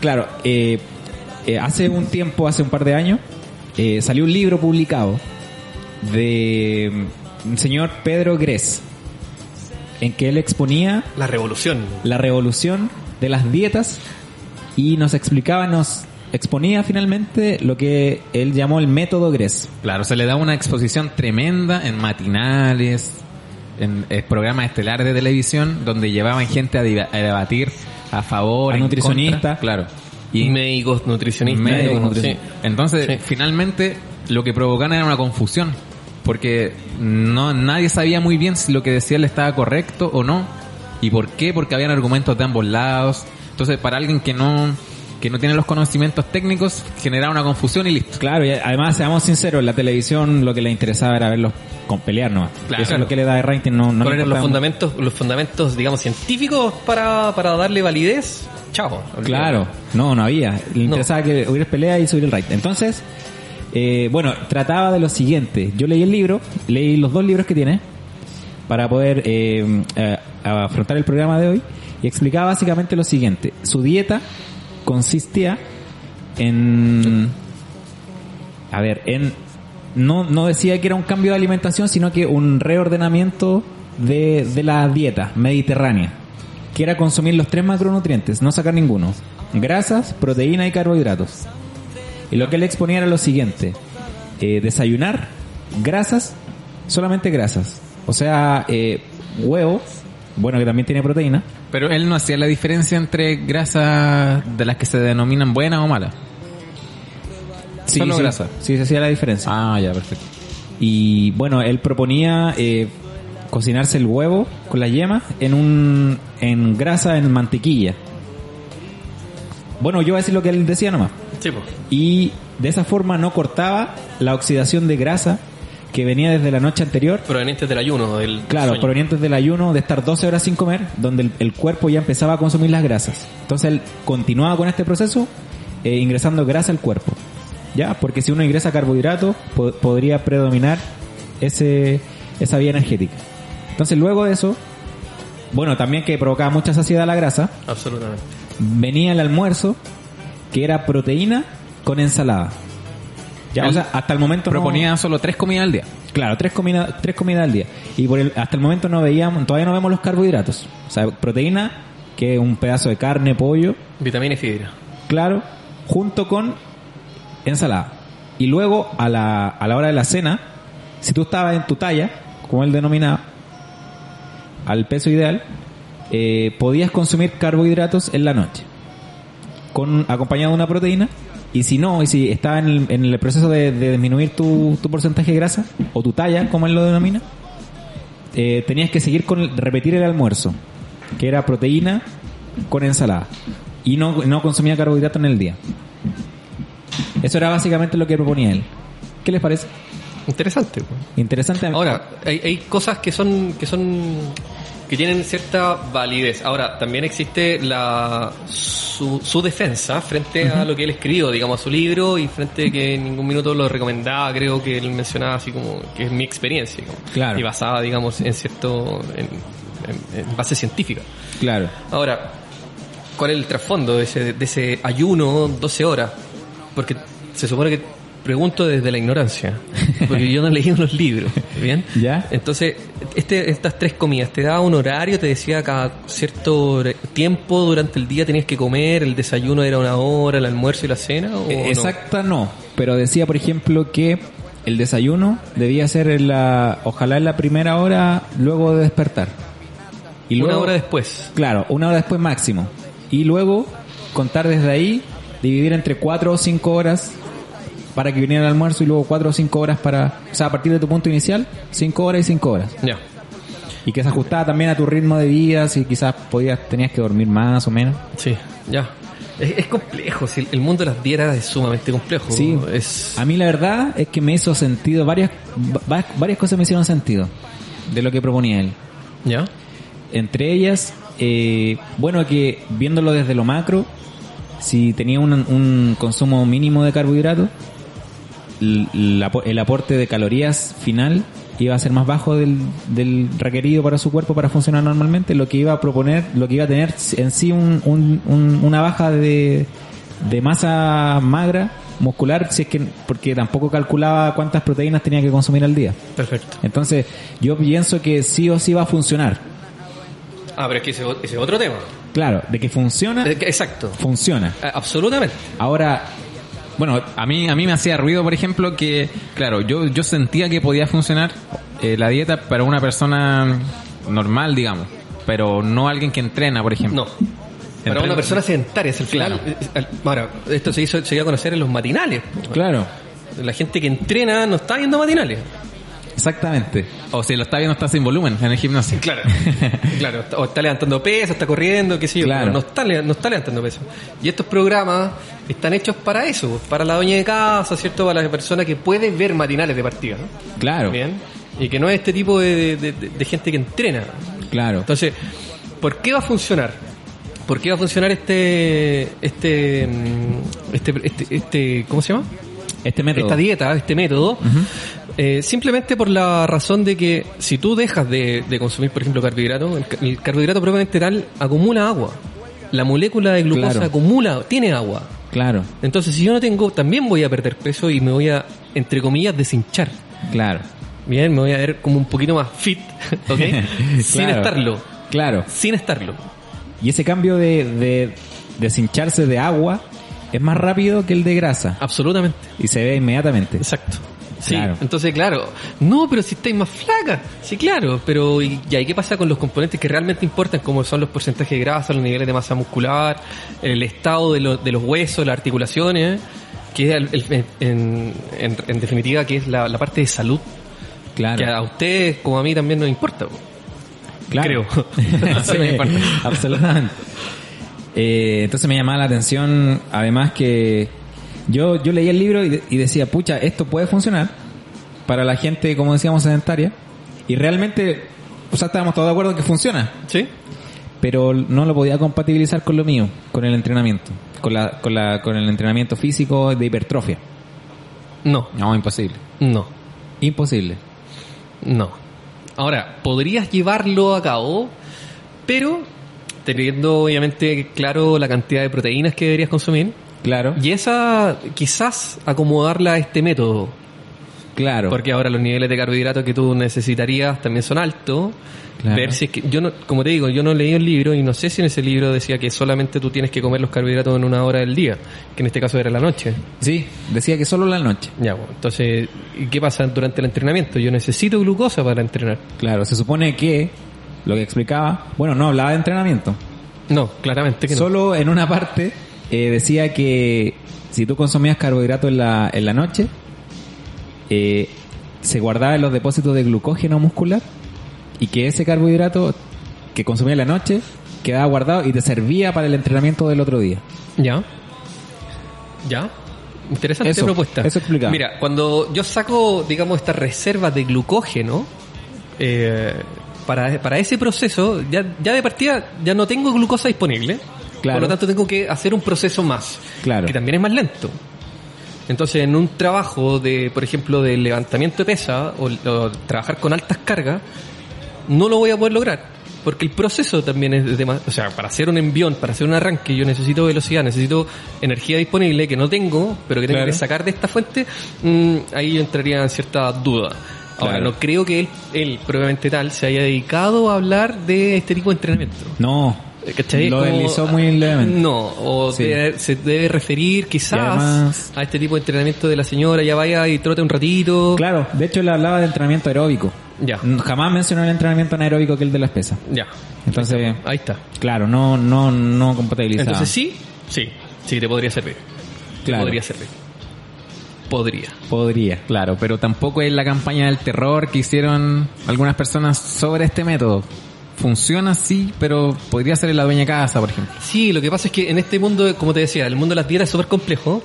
Speaker 1: Claro, eh, eh, hace un tiempo, hace un par de años, eh, salió un libro publicado de mm, un señor Pedro Gres, en que él exponía
Speaker 3: La revolución.
Speaker 1: la revolución de las dietas y nos explicaba, nos exponía finalmente lo que él llamó el método Gres.
Speaker 2: Claro, se le da una exposición tremenda en matinales, en eh, programas estelares de televisión, donde llevaban gente a, diva- a debatir a favor,
Speaker 1: A
Speaker 2: en
Speaker 1: nutricionistas.
Speaker 2: contra, claro.
Speaker 3: Y médicos, nutricionistas.
Speaker 2: médicos,
Speaker 3: sí.
Speaker 2: nutricionistas. Entonces,
Speaker 3: Sí.
Speaker 2: finalmente, lo que provocaban era una confusión, porque no nadie sabía muy bien si lo que decía le estaba correcto o no, y por qué, porque habían argumentos de ambos lados. Entonces, para alguien que no que no tiene los conocimientos técnicos, generaba una confusión y listo.
Speaker 1: Claro, y además, seamos sinceros, la televisión lo que le interesaba era verlos con pelear nomás.
Speaker 2: Claro.
Speaker 1: Eso es lo que le da de rating, no, no le
Speaker 3: Poner los
Speaker 1: importaba mucho.
Speaker 3: fundamentos, los fundamentos, digamos, científicos para, para darle validez. Chao.
Speaker 1: Claro, no, no había. Le
Speaker 3: No.
Speaker 1: interesaba que hubiera pelea y subir el rating. Entonces, eh, bueno, trataba de lo siguiente. Yo leí el libro, leí los dos libros que tiene para poder eh, eh, afrontar el programa de hoy y explicaba básicamente lo siguiente. Su dieta consistía en... A ver, en... No, no decía que era un cambio de alimentación, sino que un reordenamiento de, de la dieta mediterránea, que era consumir los tres macronutrientes, no sacar ninguno. Grasas, proteína y carbohidratos. Y lo que él exponía era lo siguiente. eh, desayunar, grasas, solamente grasas. O sea, eh, huevo, bueno, que también tiene proteína.
Speaker 2: Pero él no hacía la diferencia entre grasas de las que se denominan buenas o malas. Solo
Speaker 1: sí,
Speaker 2: grasa.
Speaker 1: Sí, se hacía la diferencia.
Speaker 2: Ah, ya, perfecto.
Speaker 1: Y bueno, él proponía eh, cocinarse el huevo con la yema en un en grasa en mantequilla. Bueno, yo voy a decir lo que él decía nomás.
Speaker 3: Sí, po.
Speaker 1: Y de esa forma no cortaba la oxidación de grasa que venía desde la noche anterior.
Speaker 3: Provenientes del ayuno, del
Speaker 1: Claro,
Speaker 3: sueño.
Speaker 1: provenientes del ayuno, de estar 12 horas sin comer, donde el, el cuerpo ya empezaba a consumir las grasas. Entonces él continuaba con este proceso, eh, ingresando grasa al cuerpo. ¿Ya? Porque si uno ingresa carbohidrato, po- podría predominar ese, esa vía energética. Entonces luego de eso, bueno, también que provocaba mucha saciedad la grasa,
Speaker 3: Absolutamente.
Speaker 1: venía el almuerzo, que era proteína con ensalada. Ya, o
Speaker 2: Él
Speaker 1: sea, hasta el momento no-
Speaker 2: Proponía solo tres comidas al día.
Speaker 1: Claro, tres comidas tres comidas al día. Y por el, hasta el momento no veíamos, todavía no vemos los carbohidratos. O sea, proteína, que es un pedazo de carne, pollo,
Speaker 3: Vitamina y fibra.
Speaker 1: claro, junto con ensalada. Y luego, a la, a la hora de la cena, si tú estabas en tu talla, como él denominaba, al peso ideal, eh, podías consumir carbohidratos en la noche, con, acompañado de una proteína. Y si no, y si estaba en el, en el proceso de, de disminuir tu, tu porcentaje de grasa, o tu talla, como él lo denomina, eh, tenías que seguir con el- repetir el almuerzo, que era proteína con ensalada. Y no, no consumía carbohidratos en el día. Eso era básicamente lo que proponía él. ¿Qué les parece?
Speaker 3: Interesante. pues.
Speaker 1: Interesante.
Speaker 3: Ahora, hay, hay cosas que son, que son, que tienen cierta validez. Ahora, también existe la, su, su defensa frente a lo que él escribió, digamos, a su libro y frente a que en ningún minuto lo recomendaba, creo que él mencionaba así como que es mi experiencia. digamos.
Speaker 1: Claro.
Speaker 3: Y basada, digamos, en cierto, en, en- en base científica.
Speaker 1: claro.
Speaker 3: Ahora, ¿cuál es el trasfondo de ese, de ese ayuno 12 horas? Porque se supone que pregunto desde la ignorancia, porque yo no he leído los libros, ¿bien?
Speaker 1: Ya.
Speaker 3: Entonces, este, estas tres comidas, te daba un horario, te decía cada cierto hor- tiempo durante el día tenías que comer, el desayuno era una hora, el almuerzo y la cena, ¿o no?
Speaker 1: Eh, Exacta no, pero decía, por ejemplo, que el desayuno debía ser en la, ojalá en la primera hora luego de despertar. Y
Speaker 3: Una
Speaker 1: luego-
Speaker 3: hora después.
Speaker 1: Claro, una hora después máximo. Y luego contar desde ahí, dividir entre cuatro o cinco horas para que viniera el almuerzo y luego cuatro o cinco horas para... O sea, a partir de tu punto inicial, cinco horas y cinco horas.
Speaker 3: Ya.
Speaker 1: Y que se ajustaba también a tu ritmo de vida, si quizás podías, tenías que dormir más o menos.
Speaker 3: Sí, ya. Es, es complejo, si el- el mundo de las dieras es sumamente complejo.
Speaker 1: Sí.
Speaker 3: Oh, Es,
Speaker 1: A mí la verdad es que me hizo sentido, varias, va- varias cosas me hicieron sentido de lo que proponía él.
Speaker 3: ¿Ya?
Speaker 1: Entre ellas, eh, bueno, que viéndolo desde lo macro, si tenía un, un consumo mínimo de carbohidratos, l- la po- el aporte de calorías final iba a ser más bajo del, del requerido para su cuerpo para funcionar normalmente, lo que iba a proponer, lo que iba a tener en sí un- un- un- una baja de, de masa magra muscular, si es que porque tampoco calculaba cuántas proteínas tenía que consumir al día.
Speaker 3: Perfecto.
Speaker 1: Entonces, yo pienso que sí o sí va a funcionar.
Speaker 3: Ah, pero es que ese ese es otro tema.
Speaker 1: Claro, de que funciona,
Speaker 3: Eh, que- Exacto.
Speaker 1: funciona.
Speaker 3: Eh, Absolutamente.
Speaker 1: Ahora,
Speaker 2: Bueno, a mí, a mí me hacía ruido, por ejemplo, que, claro, yo, yo sentía que podía funcionar eh, la dieta para una persona normal, digamos, pero no alguien que entrena, por ejemplo.
Speaker 3: No. Para
Speaker 2: Entre-
Speaker 3: una persona sedentaria, es el final.
Speaker 2: Claro.
Speaker 3: eh, al- Ahora, esto se hizo, se dio a conocer en los matinales.
Speaker 1: claro,
Speaker 3: La gente que entrena no está viendo matinales.
Speaker 1: exactamente.
Speaker 2: O si lo está viendo, está sin volumen en el gimnasio.
Speaker 3: Claro. claro. está- O está levantando peso, está corriendo, qué sé yo.
Speaker 1: Claro.
Speaker 3: pero No, está, le- no está levantando peso. Y estos programas están hechos para eso, para la doña de casa, ¿cierto? Para la persona que puede ver matinales de partida. ¿no?
Speaker 1: Claro,
Speaker 3: Bien. Y que no es este tipo de- de- de- de gente que entrena.
Speaker 1: claro.
Speaker 3: Entonces, ¿por qué va a funcionar? ¿Por qué va a funcionar este este mm, este, este, este- ¿cómo se llama?
Speaker 1: Este método.
Speaker 3: Esta dieta, este método, eh, simplemente por la razón de que si tú dejas de, de consumir, por ejemplo, carbohidrato, el, ca- el carbohidrato propiamente tal acumula agua. La molécula de glucosa
Speaker 1: Claro.
Speaker 3: acumula, tiene agua.
Speaker 1: Claro,
Speaker 3: Entonces, si yo no tengo, también voy a perder peso y me voy a, entre comillas, deshinchar.
Speaker 1: claro.
Speaker 3: Bien, me voy a ver como un poquito más fit, ¿ok? Sin
Speaker 1: Claro,
Speaker 3: estarlo.
Speaker 1: Claro.
Speaker 3: Sin estarlo.
Speaker 1: Y ese cambio de, de deshincharse de agua es más rápido que el de grasa.
Speaker 3: Absolutamente.
Speaker 1: Y se ve inmediatamente.
Speaker 3: Ah. Exacto. Sí,
Speaker 1: Claro.
Speaker 3: entonces claro, no, pero si estáis más flaca, sí, claro, pero ¿y, ya, ¿y qué pasa con los componentes que realmente importan, como son los porcentajes de grasa, los niveles de masa muscular, el estado de, lo- de los huesos, las articulaciones, que es el- el- en, en- en definitiva que es la, la parte de salud, que a
Speaker 1: Claro,
Speaker 3: ustedes como a mí también nos importa. po.
Speaker 1: claro.
Speaker 3: creo.
Speaker 1: Sí, absolutamente. Eh, entonces me llamaba la atención, además que yo, yo leía el libro y, de- y decía, pucha, esto puede funcionar para la gente, como decíamos, sedentaria. Y realmente, o sea, estábamos todos de acuerdo en que funciona,
Speaker 3: ¿Sí?
Speaker 1: pero no lo podía compatibilizar con lo mío, con el entrenamiento, con, la, con, la, con el entrenamiento físico de hipertrofia.
Speaker 3: No,
Speaker 2: No, imposible.
Speaker 3: no,
Speaker 1: Imposible.
Speaker 3: no. Ahora, podrías llevarlo a cabo, pero teniendo obviamente claro la cantidad de proteínas que deberías consumir.
Speaker 1: Claro,
Speaker 3: Y esa, quizás acomodarla a este método,
Speaker 1: claro.
Speaker 3: porque ahora los niveles de carbohidratos que tú necesitarías también son altos.
Speaker 1: Claro.
Speaker 3: Ver si es que, yo no, como te digo, yo no leí el libro y no sé si en ese libro decía que solamente tú tienes que comer los carbohidratos en una hora del día, que en este caso era la noche.
Speaker 1: Sí, decía que solo la noche.
Speaker 3: Ya, bueno, entonces, ¿y ¿qué pasa durante el entrenamiento? Yo necesito glucosa para entrenar.
Speaker 1: Claro, se supone que lo que explicaba, bueno, no hablaba de entrenamiento,
Speaker 3: No, claramente que no.
Speaker 1: Solo en una parte eh, decía que si tú consumías carbohidratos en la, en la noche, eh, se guardaba en los depósitos de glucógeno muscular y que ese carbohidrato que consumía en la noche quedaba guardado y te servía para el entrenamiento del otro día.
Speaker 3: Ya. Ya. Interesante
Speaker 1: Eso,
Speaker 3: propuesta.
Speaker 1: eso explicaba.
Speaker 3: Mira, cuando yo saco, digamos, estas reservas de glucógeno, eh, para, para ese proceso, ya, ya de partida ya no tengo glucosa disponible.
Speaker 1: Claro.
Speaker 3: Por lo tanto, tengo que hacer un proceso más.
Speaker 1: Claro.
Speaker 3: Que también es más lento. Entonces, en un trabajo de, por ejemplo, de levantamiento de pesa o, o trabajar con altas cargas, no lo voy a poder lograr. Porque el proceso también es de más- O sea, para hacer un envión, para hacer un arranque, yo necesito velocidad, necesito energía disponible que no tengo, pero que tengo
Speaker 1: Claro.
Speaker 3: que sacar de esta fuente. mm, ahí yo entraría en cierta duda. Ahora,
Speaker 1: Claro.
Speaker 3: no creo que él, él, probablemente tal, se haya dedicado a hablar de este tipo de entrenamiento. Eh,
Speaker 1: No.
Speaker 3: ¿Cachai?
Speaker 1: Lo
Speaker 3: Como-
Speaker 1: deslizó muy levemente.
Speaker 3: No, o
Speaker 1: Sí.
Speaker 3: debe- se debe referir quizás
Speaker 1: Y además-
Speaker 3: a este tipo de entrenamiento de la señora, ya vaya y trote un ratito.
Speaker 1: Claro, de hecho le hablaba de entrenamiento aeróbico.
Speaker 3: Ya.
Speaker 1: Mm, Jamás mencionó el entrenamiento anaeróbico que el de las pesas.
Speaker 3: Ya,
Speaker 1: Entonces,
Speaker 3: ahí está.
Speaker 1: claro, no, no, no compatibilizaba.
Speaker 3: Entonces sí, sí, sí, te podría servir. Te
Speaker 1: Claro.
Speaker 3: podría servir. Podría.
Speaker 1: Podría.
Speaker 2: Claro, pero tampoco es la campaña del terror que hicieron algunas personas sobre este método. Funciona, sí, pero podría ser en la dueña de casa, por ejemplo.
Speaker 3: Sí, lo que pasa es que en este mundo, como te decía, el mundo de las dietas es súper complejo,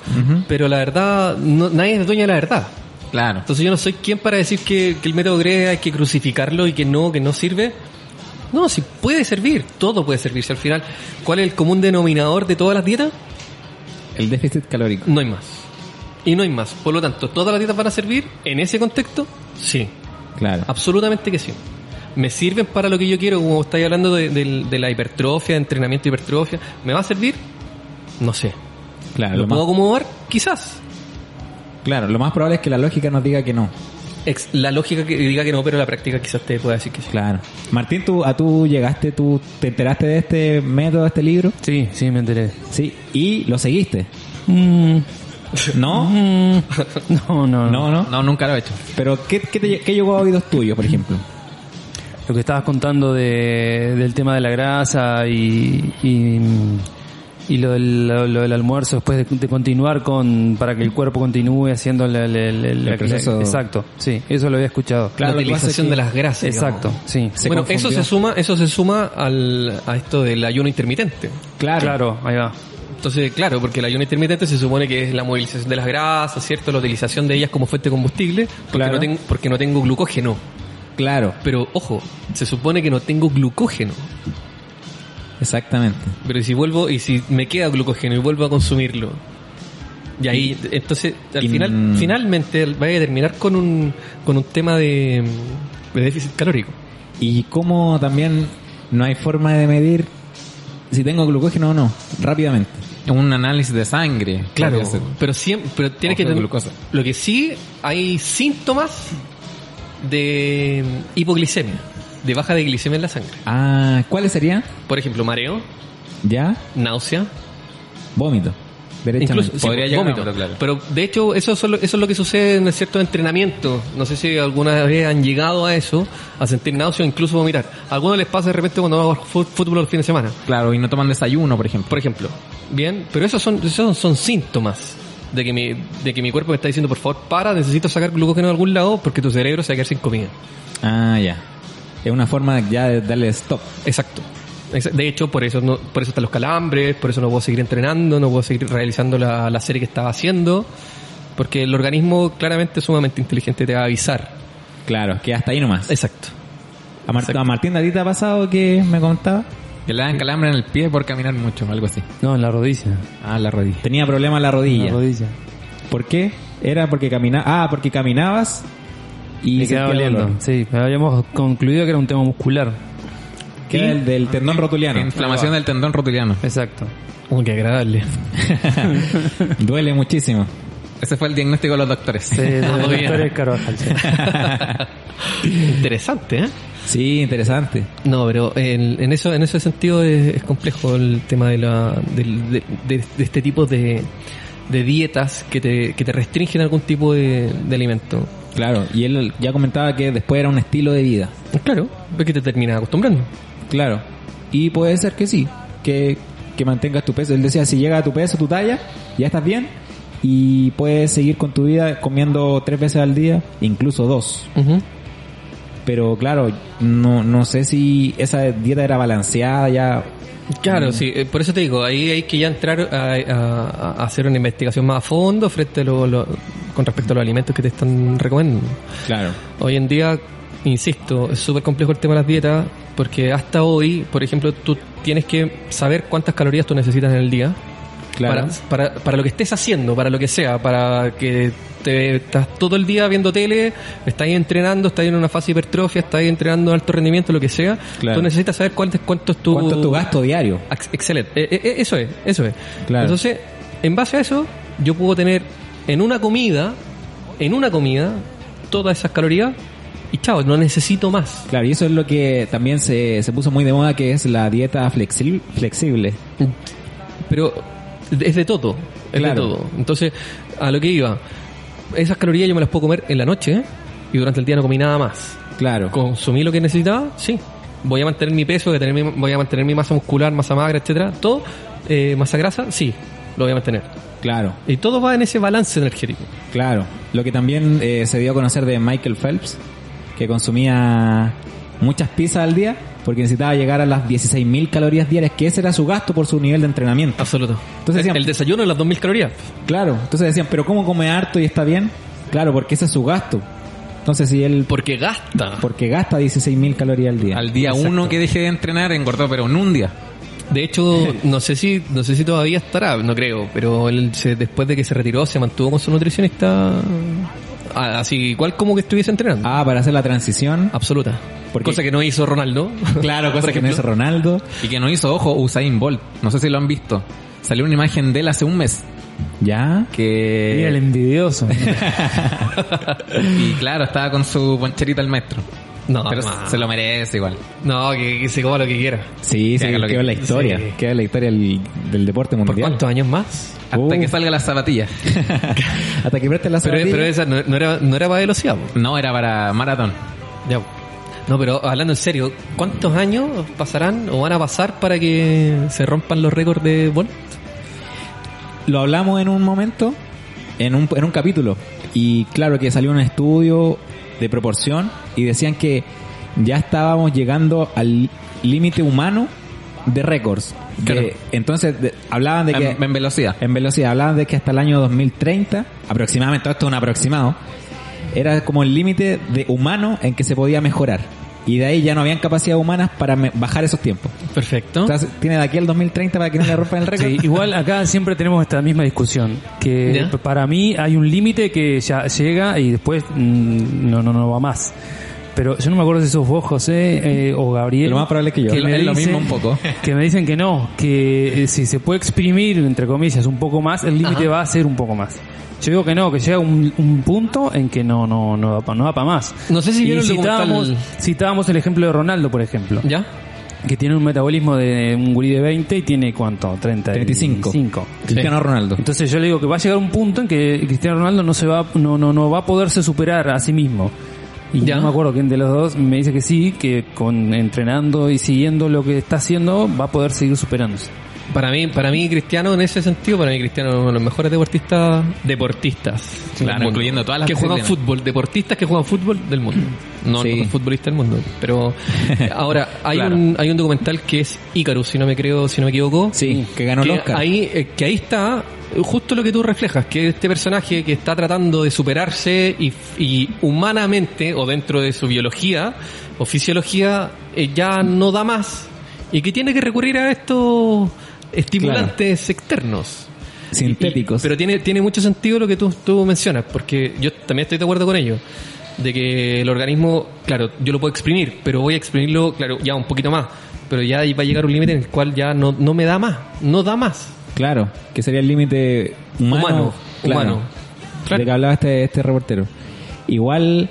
Speaker 3: pero la verdad, no- nadie es dueño de la verdad.
Speaker 2: Claro.
Speaker 3: Entonces yo no soy quien para decir que, que el método Greg hay que crucificarlo y que no, que no sirve. No, si puede servir, todo puede servirse al final. ¿Cuál es el común denominador de todas las dietas?
Speaker 2: El déficit calórico.
Speaker 3: No hay más. Y no hay más. Por lo tanto, ¿todas las dietas van a servir en ese contexto? Sí.
Speaker 1: Claro.
Speaker 3: Absolutamente que sí. Me sirven para lo que yo quiero, como estáis hablando de, del- de la hipertrofia, entrenamiento de hipertrofia. ¿Me va a servir? No sé.
Speaker 1: Claro,
Speaker 3: ¿Lo
Speaker 1: lo,
Speaker 3: puedo
Speaker 1: más,
Speaker 3: acomodar? Quizás.
Speaker 1: claro, lo más probable es que la lógica nos diga que no.
Speaker 3: Ex- la lógica que diga que no, pero la práctica quizás te pueda decir que sí.
Speaker 1: Claro. Martín, tú, a tú llegaste, tú te enteraste de este método, de este libro,
Speaker 4: Sí, sí, me enteré.
Speaker 1: sí, y lo seguiste.
Speaker 4: Mm,
Speaker 1: ¿No?
Speaker 4: mm, no, no, no.
Speaker 1: No, no.
Speaker 2: No, nunca lo he hecho.
Speaker 1: Pero, ¿qué, qué, te- qué llegó a oídos tuyos, por ejemplo?
Speaker 4: Lo que estabas contando de, del tema de la grasa y, y, y lo, del, lo- lo del almuerzo después de, de continuar con para que el cuerpo continúe haciendo la- la- la- la-
Speaker 1: El proceso.
Speaker 4: exacto, sí, eso lo había escuchado.
Speaker 1: Claro,
Speaker 3: la
Speaker 1: lo que pasa es
Speaker 3: utilización
Speaker 1: que-
Speaker 3: de las grasas.
Speaker 4: Exacto,
Speaker 3: digamos.
Speaker 4: sí.
Speaker 1: Se
Speaker 3: bueno,
Speaker 1: confundió.
Speaker 3: eso se suma, eso se suma al, a esto del ayuno intermitente.
Speaker 4: Claro. Claro, ahí va.
Speaker 3: Entonces, claro, porque el ayuno intermitente se supone que es la movilización de las grasas, ¿cierto? La utilización de ellas como fuente de combustible, porque,
Speaker 1: Claro.
Speaker 3: no, tengo, porque no tengo glucógeno.
Speaker 1: Claro,
Speaker 3: Pero ojo, se supone que no tengo glucógeno.
Speaker 1: exactamente.
Speaker 3: Pero si vuelvo y si me queda glucógeno y vuelvo a consumirlo. Y ahí, entonces, al
Speaker 1: y-
Speaker 3: final, finalmente voy a terminar con un, con un tema de, de déficit calórico.
Speaker 1: Y cómo también no hay forma de medir si tengo glucógeno o no, rápidamente.
Speaker 2: Un análisis de sangre.
Speaker 3: Claro,
Speaker 2: podría ser.
Speaker 3: pero siempre, pero tiene
Speaker 2: O
Speaker 3: que
Speaker 2: sea,
Speaker 3: tener
Speaker 2: glucosa.
Speaker 3: Lo que sí hay síntomas de hipoglicemia, de baja de glicemia en la sangre.
Speaker 1: Ah, ¿cuáles serían?
Speaker 3: Por ejemplo, mareo,
Speaker 1: Ya,
Speaker 3: náusea,
Speaker 1: vómito. Derechamente.
Speaker 3: incluso sí,
Speaker 2: Podría llegar a
Speaker 3: vómito.
Speaker 2: vómito, claro.
Speaker 3: Pero de hecho, eso es, lo, eso es lo que sucede en ciertos entrenamientos. No sé si alguna vez han llegado a eso, a sentir náusea o incluso vomitar. A algunos les pasa de repente cuando van a jugar fu- fútbol el fin de semana.
Speaker 2: Claro, y no toman desayuno, por ejemplo.
Speaker 3: por ejemplo. Bien, pero esos son, esos son síntomas de que, mi, de que mi cuerpo me está diciendo, por favor, para, necesito sacar glucógeno de algún lado porque tu cerebro se va a quedar sin comida.
Speaker 1: Ah, ya. Es una forma ya de darle stop.
Speaker 3: Exacto. Exa- De hecho, por eso, no, por eso están los calambres, por eso no puedo seguir entrenando, no puedo seguir realizando la, la serie que estaba haciendo, porque el organismo claramente es sumamente inteligente, te va a avisar.
Speaker 1: Claro, que hasta ahí nomás.
Speaker 3: Exacto.
Speaker 1: A, Mar- a Martín Datita ha pasado que me contaba.
Speaker 2: Que le dan calambre en el pie por caminar mucho, algo así.
Speaker 4: No, en la rodilla.
Speaker 2: Ah, la rodilla.
Speaker 1: Tenía problema en la
Speaker 4: En
Speaker 1: rodilla.
Speaker 4: la rodilla.
Speaker 1: ¿Por qué? Era porque caminaba. Ah, porque caminabas y
Speaker 4: Me
Speaker 1: se
Speaker 4: quedaba doliendo. Sí, habíamos concluido que era un tema muscular.
Speaker 1: Que era el del tendón rotuliano.
Speaker 2: Inflamación del tendón rotuliano.
Speaker 4: Exacto.
Speaker 3: Como que agradable.
Speaker 1: Duele muchísimo.
Speaker 2: Ese fue el diagnóstico de los doctores.
Speaker 4: Sí, de los
Speaker 3: Muy bien.
Speaker 4: doctores Carvajal, sí.
Speaker 3: Interesante, ¿eh?
Speaker 1: Sí, interesante.
Speaker 3: No, pero en, en eso en ese sentido es, es complejo el tema de, la, del- de, de- de este tipo de, de dietas que te, que te restringen algún tipo de, de alimento.
Speaker 1: Claro, y él ya comentaba que después era un estilo de vida.
Speaker 3: Claro, es que te terminas acostumbrando.
Speaker 1: Claro. Y puede ser que sí, que, que mantengas tu peso. Él decía, si llega a tu peso, tu talla, ya estás bien y puedes seguir con tu vida comiendo tres veces al día, incluso dos. Pero claro, no, no sé si esa dieta era balanceada ya
Speaker 3: Claro, sí, eh, por eso te digo, ahí hay que ya entrar a, a- a hacer una investigación más a fondo frente a lo- lo- con respecto a los alimentos que te están recomendando.
Speaker 1: Claro.
Speaker 3: Hoy en día, insisto, es súper complejo el tema de las dietas, porque hasta hoy, por ejemplo, tú tienes que saber cuántas calorías tú necesitas en el día.
Speaker 1: Claro.
Speaker 3: Para, para, para lo que estés haciendo, para lo que sea, para que te estás todo el día viendo tele, estás entrenando, estás en una fase de hipertrofia, estás entrenando alto rendimiento, lo que sea,
Speaker 1: Claro.
Speaker 3: tú necesitas saber cuánto, es- cuánto es tu...
Speaker 1: ¿Cuánto es tu gasto diario?
Speaker 3: Ex- Excelente. Eh, eh, eh, eso es, eso es.
Speaker 1: Claro.
Speaker 3: Entonces, en base a eso, yo puedo tener en una comida, en una comida, todas esas calorías y chao, no necesito más.
Speaker 1: Claro, y eso es lo que también se, se puso muy de moda, que es la dieta flexi- flexible.
Speaker 3: Pero es de todo, es
Speaker 1: Claro.
Speaker 3: de todo. Entonces, a lo que iba, esas calorías yo me las puedo comer en la noche ¿eh? y durante el día no comí nada más.
Speaker 1: Claro.
Speaker 3: consumí lo que necesitaba, sí. Voy a mantener mi peso, voy a, tener mi, voy a mantener mi masa muscular, masa magra, etcétera, todo, eh, masa grasa, sí, lo voy a mantener.
Speaker 1: Claro,
Speaker 3: Y todo va en ese balance energético.
Speaker 1: claro. Lo que también eh, se dio a conocer de Michael Phelps, que consumía muchas pizzas al día porque necesitaba llegar a las 16.000 calorías diarias, que ese era su gasto por su nivel de entrenamiento.
Speaker 3: Absoluto.
Speaker 1: Entonces,
Speaker 3: Entonces, el,
Speaker 1: siempre-
Speaker 3: el desayuno de las 2000 calorías.
Speaker 1: Claro, entonces decían, pero ¿cómo come harto y está bien? Claro, porque ese es su gasto. Entonces, si él...
Speaker 3: Porque gasta.
Speaker 1: Porque gasta 16.000 calorías al día.
Speaker 2: Al día uno que dejé de entrenar engordó, pero en un día.
Speaker 3: De hecho, no sé si no sé si todavía estará, no creo, pero él se- después de que se retiró se mantuvo con su nutricionista ah, así igual como que estuviese entrenando.
Speaker 1: Ah, para hacer la transición.
Speaker 3: Absoluta.
Speaker 1: Porque-
Speaker 3: Cosa que no hizo Ronaldo.
Speaker 1: Claro, cosa
Speaker 3: Ah, Por
Speaker 1: que no
Speaker 3: ejemplo.
Speaker 1: hizo Ronaldo.
Speaker 2: Y que no hizo, ojo, Usain Bolt. No sé si lo han visto. Salió una imagen de él hace un mes.
Speaker 1: Ya.
Speaker 2: Que...
Speaker 4: Mira el envidioso.
Speaker 2: Y claro, estaba con su poncherita al maestro.
Speaker 3: No,
Speaker 2: pero
Speaker 3: ma-
Speaker 2: se lo merece igual.
Speaker 3: no que, que se coma lo que quiera.
Speaker 1: Sí,
Speaker 2: Que
Speaker 1: sí,
Speaker 2: haga lo que-
Speaker 1: quedó la historia.
Speaker 3: sí.
Speaker 1: Quedó la historia del, del deporte
Speaker 3: ¿Por
Speaker 1: mundial.
Speaker 3: cuántos años más?
Speaker 2: Hasta
Speaker 1: Uh.
Speaker 2: que salga la zapatilla.
Speaker 1: Hasta que preste la
Speaker 3: Pero,
Speaker 1: zapatilla.
Speaker 3: pero esa no, no era, no era para velocidad. po.
Speaker 2: No, era para maratón.
Speaker 3: Ya. po. No, pero hablando en serio, ¿cuántos años pasarán o van a pasar para que se rompan los récords de Bolt?
Speaker 1: Lo hablamos en un momento, en un, en un capítulo. Y claro que salió un estudio de proporción y decían que ya estábamos llegando al límite humano de récords. De-
Speaker 2: Claro. Ah,
Speaker 1: Entonces de- hablaban de que...
Speaker 2: En, en velocidad.
Speaker 1: En velocidad, hablaban de que hasta el año 2030, aproximadamente, todo esto es un aproximado, era como el límite de humano en que se podía mejorar. Y de ahí ya no habían capacidad humanas para me- bajar esos tiempos.
Speaker 3: Perfecto.
Speaker 1: Entonces, tiene de aquí al 2030 para que no le rompan el récord.
Speaker 4: Sí, igual acá siempre tenemos esta misma discusión, que
Speaker 3: Ya.
Speaker 4: p- para mí hay un límite que ya llega y después mm, no, no, no va más. Pero yo no me acuerdo si sos vos, José, eh, o Gabriel.
Speaker 1: Lo más probable es que yo.
Speaker 2: Es
Speaker 4: me
Speaker 2: lo
Speaker 4: dicen-
Speaker 2: mismo un poco.
Speaker 4: Que me dicen que no, que eh, si se puede exprimir, entre comillas, un poco más, el límite va a ser un poco más. Yo digo que no, que llega un, un punto en que no, no, no va para no va pa más.
Speaker 3: No sé si
Speaker 4: Y
Speaker 3: vieron el
Speaker 4: citábamos,
Speaker 3: documental.
Speaker 4: citábamos el ejemplo de Ronaldo, por ejemplo
Speaker 3: ¿Ya?
Speaker 4: que tiene un metabolismo de un gurí de 20 y tiene cuánto, 30
Speaker 1: 35. Cristiano Ronaldo.
Speaker 4: Entonces yo le digo que va a llegar un punto en que Cristiano Ronaldo no se va no no no va a poderse superar a sí mismo. Y
Speaker 3: Ya.
Speaker 4: no me acuerdo quién de los dos me dice que sí, que con entrenando y siguiendo lo que está haciendo va a poder seguir superándose.
Speaker 3: Para mí, para mí Cristiano, en ese sentido, para mí Cristiano es uno de los mejores deportistas deportistas. del
Speaker 2: Claro,
Speaker 3: mundo.
Speaker 2: incluyendo todas las
Speaker 3: Que juegan
Speaker 2: disciplinas.
Speaker 3: fútbol, deportistas que juegan fútbol del mundo. No
Speaker 1: Sí.
Speaker 3: no futbolistas del mundo. Pero ahora, hay,
Speaker 2: Claro.
Speaker 3: un, hay un documental que es Icarus, si no me creo, si no me equivoco.
Speaker 1: Sí, que ganó el
Speaker 3: que
Speaker 1: Oscar.
Speaker 3: Ahí, eh, que ahí está eh, justo lo que tú reflejas, que este personaje que está tratando de superarse y, y humanamente o dentro de su biología o fisiología eh, ya no da más y que tiene que recurrir a estos estimulantes externos.
Speaker 1: Sintéticos.
Speaker 3: Y- pero tiene, tiene mucho sentido lo que tú, tú mencionas, porque yo también estoy de acuerdo con ello. De que el organismo, claro, yo lo puedo exprimir, pero voy a exprimirlo, claro, ya un poquito más. Pero ya ahí va a llegar un límite en el cual ya no, no me da más, no da más.
Speaker 1: claro, que sería el límite humano.
Speaker 3: Humano,
Speaker 1: claro,
Speaker 3: humano. Claro.
Speaker 1: De que hablaba este, este reportero. Igual,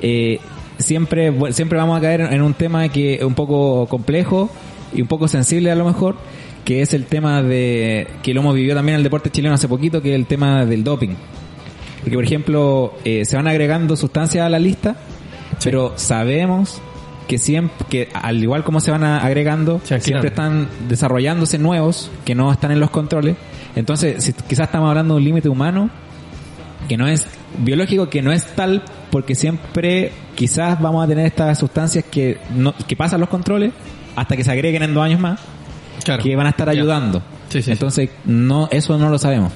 Speaker 1: eh, siempre, bu- siempre vamos a caer en un tema que es un poco complejo y un poco sensible a lo mejor, que es el tema de que lo hemos vivido también en el deporte chileno hace poquito, que es el tema del doping. Porque, por ejemplo, eh, se van agregando sustancias a la lista, pero sabemos que siempre, que al igual como se van a- agregando,
Speaker 3: Se van
Speaker 1: siempre están desarrollándose nuevos que no están en los controles. Entonces, si- quizás estamos hablando de un límite humano que no es biológico, que no es tal, porque siempre quizás vamos a tener estas sustancias que, no, que pasan los controles hasta que se agreguen en dos años más.
Speaker 3: Claro.
Speaker 1: que van a estar
Speaker 3: Ya.
Speaker 1: ayudando.
Speaker 3: Sí, sí,
Speaker 1: Entonces, no eso no lo sabemos.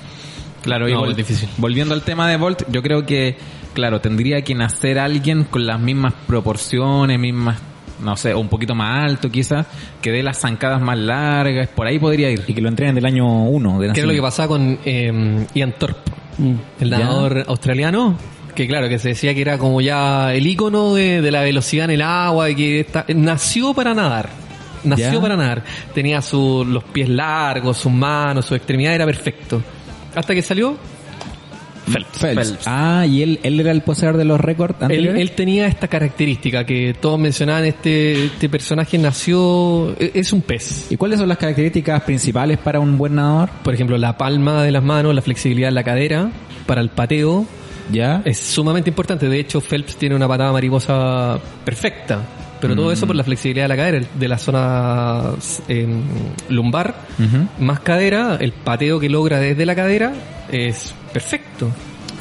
Speaker 2: Claro, y
Speaker 3: No,
Speaker 2: vol-
Speaker 3: es difícil.
Speaker 2: volviendo al tema de Bolt, yo creo que, claro, tendría que nacer alguien con las mismas proporciones, mismas, no sé, o un poquito más alto quizás, que dé las zancadas más largas, por ahí podría ir.
Speaker 1: Y que lo entrenen del año 1 de
Speaker 3: ¿Qué es lo que
Speaker 1: nacimiento.
Speaker 3: pasaba con eh, Ian Thorpe, el
Speaker 1: Mm, Ya.
Speaker 3: nadador australiano? Que claro, que se decía que era como ya el ícono de, de la velocidad en el agua, y que está- nació para nadar. Nació
Speaker 1: Ya.
Speaker 3: para nadar. Tenía su- los pies largos, sus manos, su extremidad era perfecto. Hasta que salió,
Speaker 1: Phelps.
Speaker 2: Phelps.
Speaker 1: Ah, y él, él era el poseedor de los récords
Speaker 3: él,
Speaker 1: anteriores.
Speaker 3: él tenía esta característica que todos mencionaban, este, este personaje nació, e- es un pez.
Speaker 1: ¿Y cuáles son las características principales para un buen nadador?
Speaker 3: Por ejemplo, la palma de las manos, la flexibilidad en la cadera, para el pateo,
Speaker 1: ¿Ya?
Speaker 3: Es sumamente importante. De hecho, Phelps tiene una patada mariposa perfecta. Pero todo eso por la flexibilidad de la cadera, el- de la zona eh, lumbar,
Speaker 1: Ujú.
Speaker 3: más cadera, el pateo que logra desde la cadera es perfecto.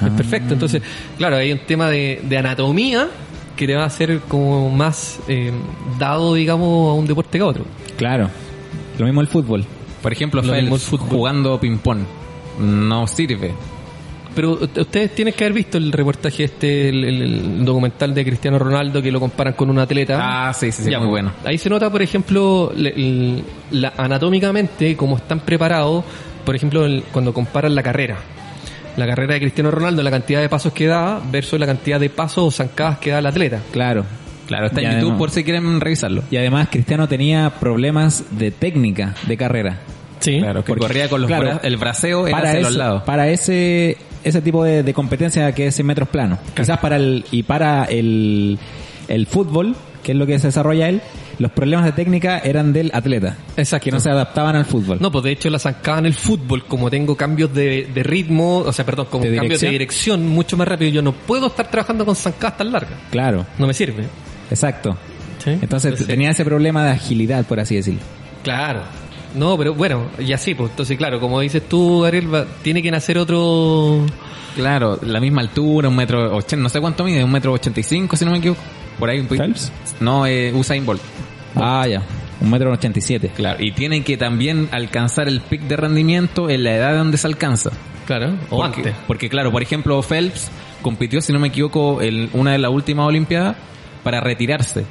Speaker 3: Es perfecto. Entonces, claro, hay un tema de, de anatomía que te va a hacer como más eh, dado, digamos, a un deporte que a otro.
Speaker 1: Claro. Lo mismo el fútbol.
Speaker 2: Por ejemplo,
Speaker 3: Lo mismo el
Speaker 2: Phelps
Speaker 3: fútbol.
Speaker 2: jugando ping-pong. No sirve.
Speaker 3: Pero u- ustedes tienen que haber visto el reportaje este, el, el- el documental de Cristiano Ronaldo que lo comparan con un atleta.
Speaker 2: Ah, sí, sí, sí,
Speaker 3: Ya,
Speaker 2: muy
Speaker 3: bueno.
Speaker 2: bueno.
Speaker 3: Ahí se nota, por ejemplo, le- el- la- anatómicamente cómo están preparados, por ejemplo, el- cuando comparan la carrera. La carrera de Cristiano Ronaldo, la cantidad de pasos que da versus la cantidad de pasos o zancadas que da el atleta.
Speaker 1: Claro.
Speaker 2: Claro, está
Speaker 1: Y
Speaker 2: en YouTube
Speaker 1: además-
Speaker 2: por si quieren revisarlo.
Speaker 1: Y además Cristiano tenía problemas de técnica de carrera.
Speaker 3: Sí.
Speaker 2: Claro, que
Speaker 1: Porque-
Speaker 2: corría con los
Speaker 1: claro,
Speaker 2: bra- el braceo era hacia
Speaker 1: eso-
Speaker 2: los lados.
Speaker 1: para ese ese tipo de, de competencia que es 100 metros plano. Quizás para el y para el, el fútbol, que es lo que se desarrolla él, los problemas de técnica eran del atleta,
Speaker 3: Exacto.
Speaker 1: que no se adaptaban al fútbol.
Speaker 3: No, pues de hecho la zancada en el fútbol, como tengo cambios de, de ritmo, o sea, perdón, como
Speaker 1: ¿De
Speaker 3: cambios de dirección mucho más rápido, yo no puedo estar trabajando con zancadas tan largas.
Speaker 1: Claro,
Speaker 3: No me sirve.
Speaker 1: exacto.
Speaker 3: Sí.
Speaker 1: Entonces tenía ese problema de agilidad, por así decirlo.
Speaker 3: Claro. No, pero bueno, y así, pues entonces, claro, como dices tú, Gabriel, va- tiene que nacer otro...
Speaker 2: Claro, la misma altura, un metro ochenta, no sé cuánto mide, un metro ochenta y cinco, si no me equivoco. Por ahí un poquito.
Speaker 1: ¿Phelps?
Speaker 2: No, eh, Usain Bolt.
Speaker 1: Ah, ya. Un metro ochenta y siete.
Speaker 2: Claro, y tienen que también alcanzar el pic de rendimiento en la edad donde se alcanza.
Speaker 3: Claro, o
Speaker 2: porque,
Speaker 3: antes.
Speaker 2: Porque, claro, por ejemplo, Phelps compitió, si no me equivoco, en una de las últimas Olimpiadas para retirarse.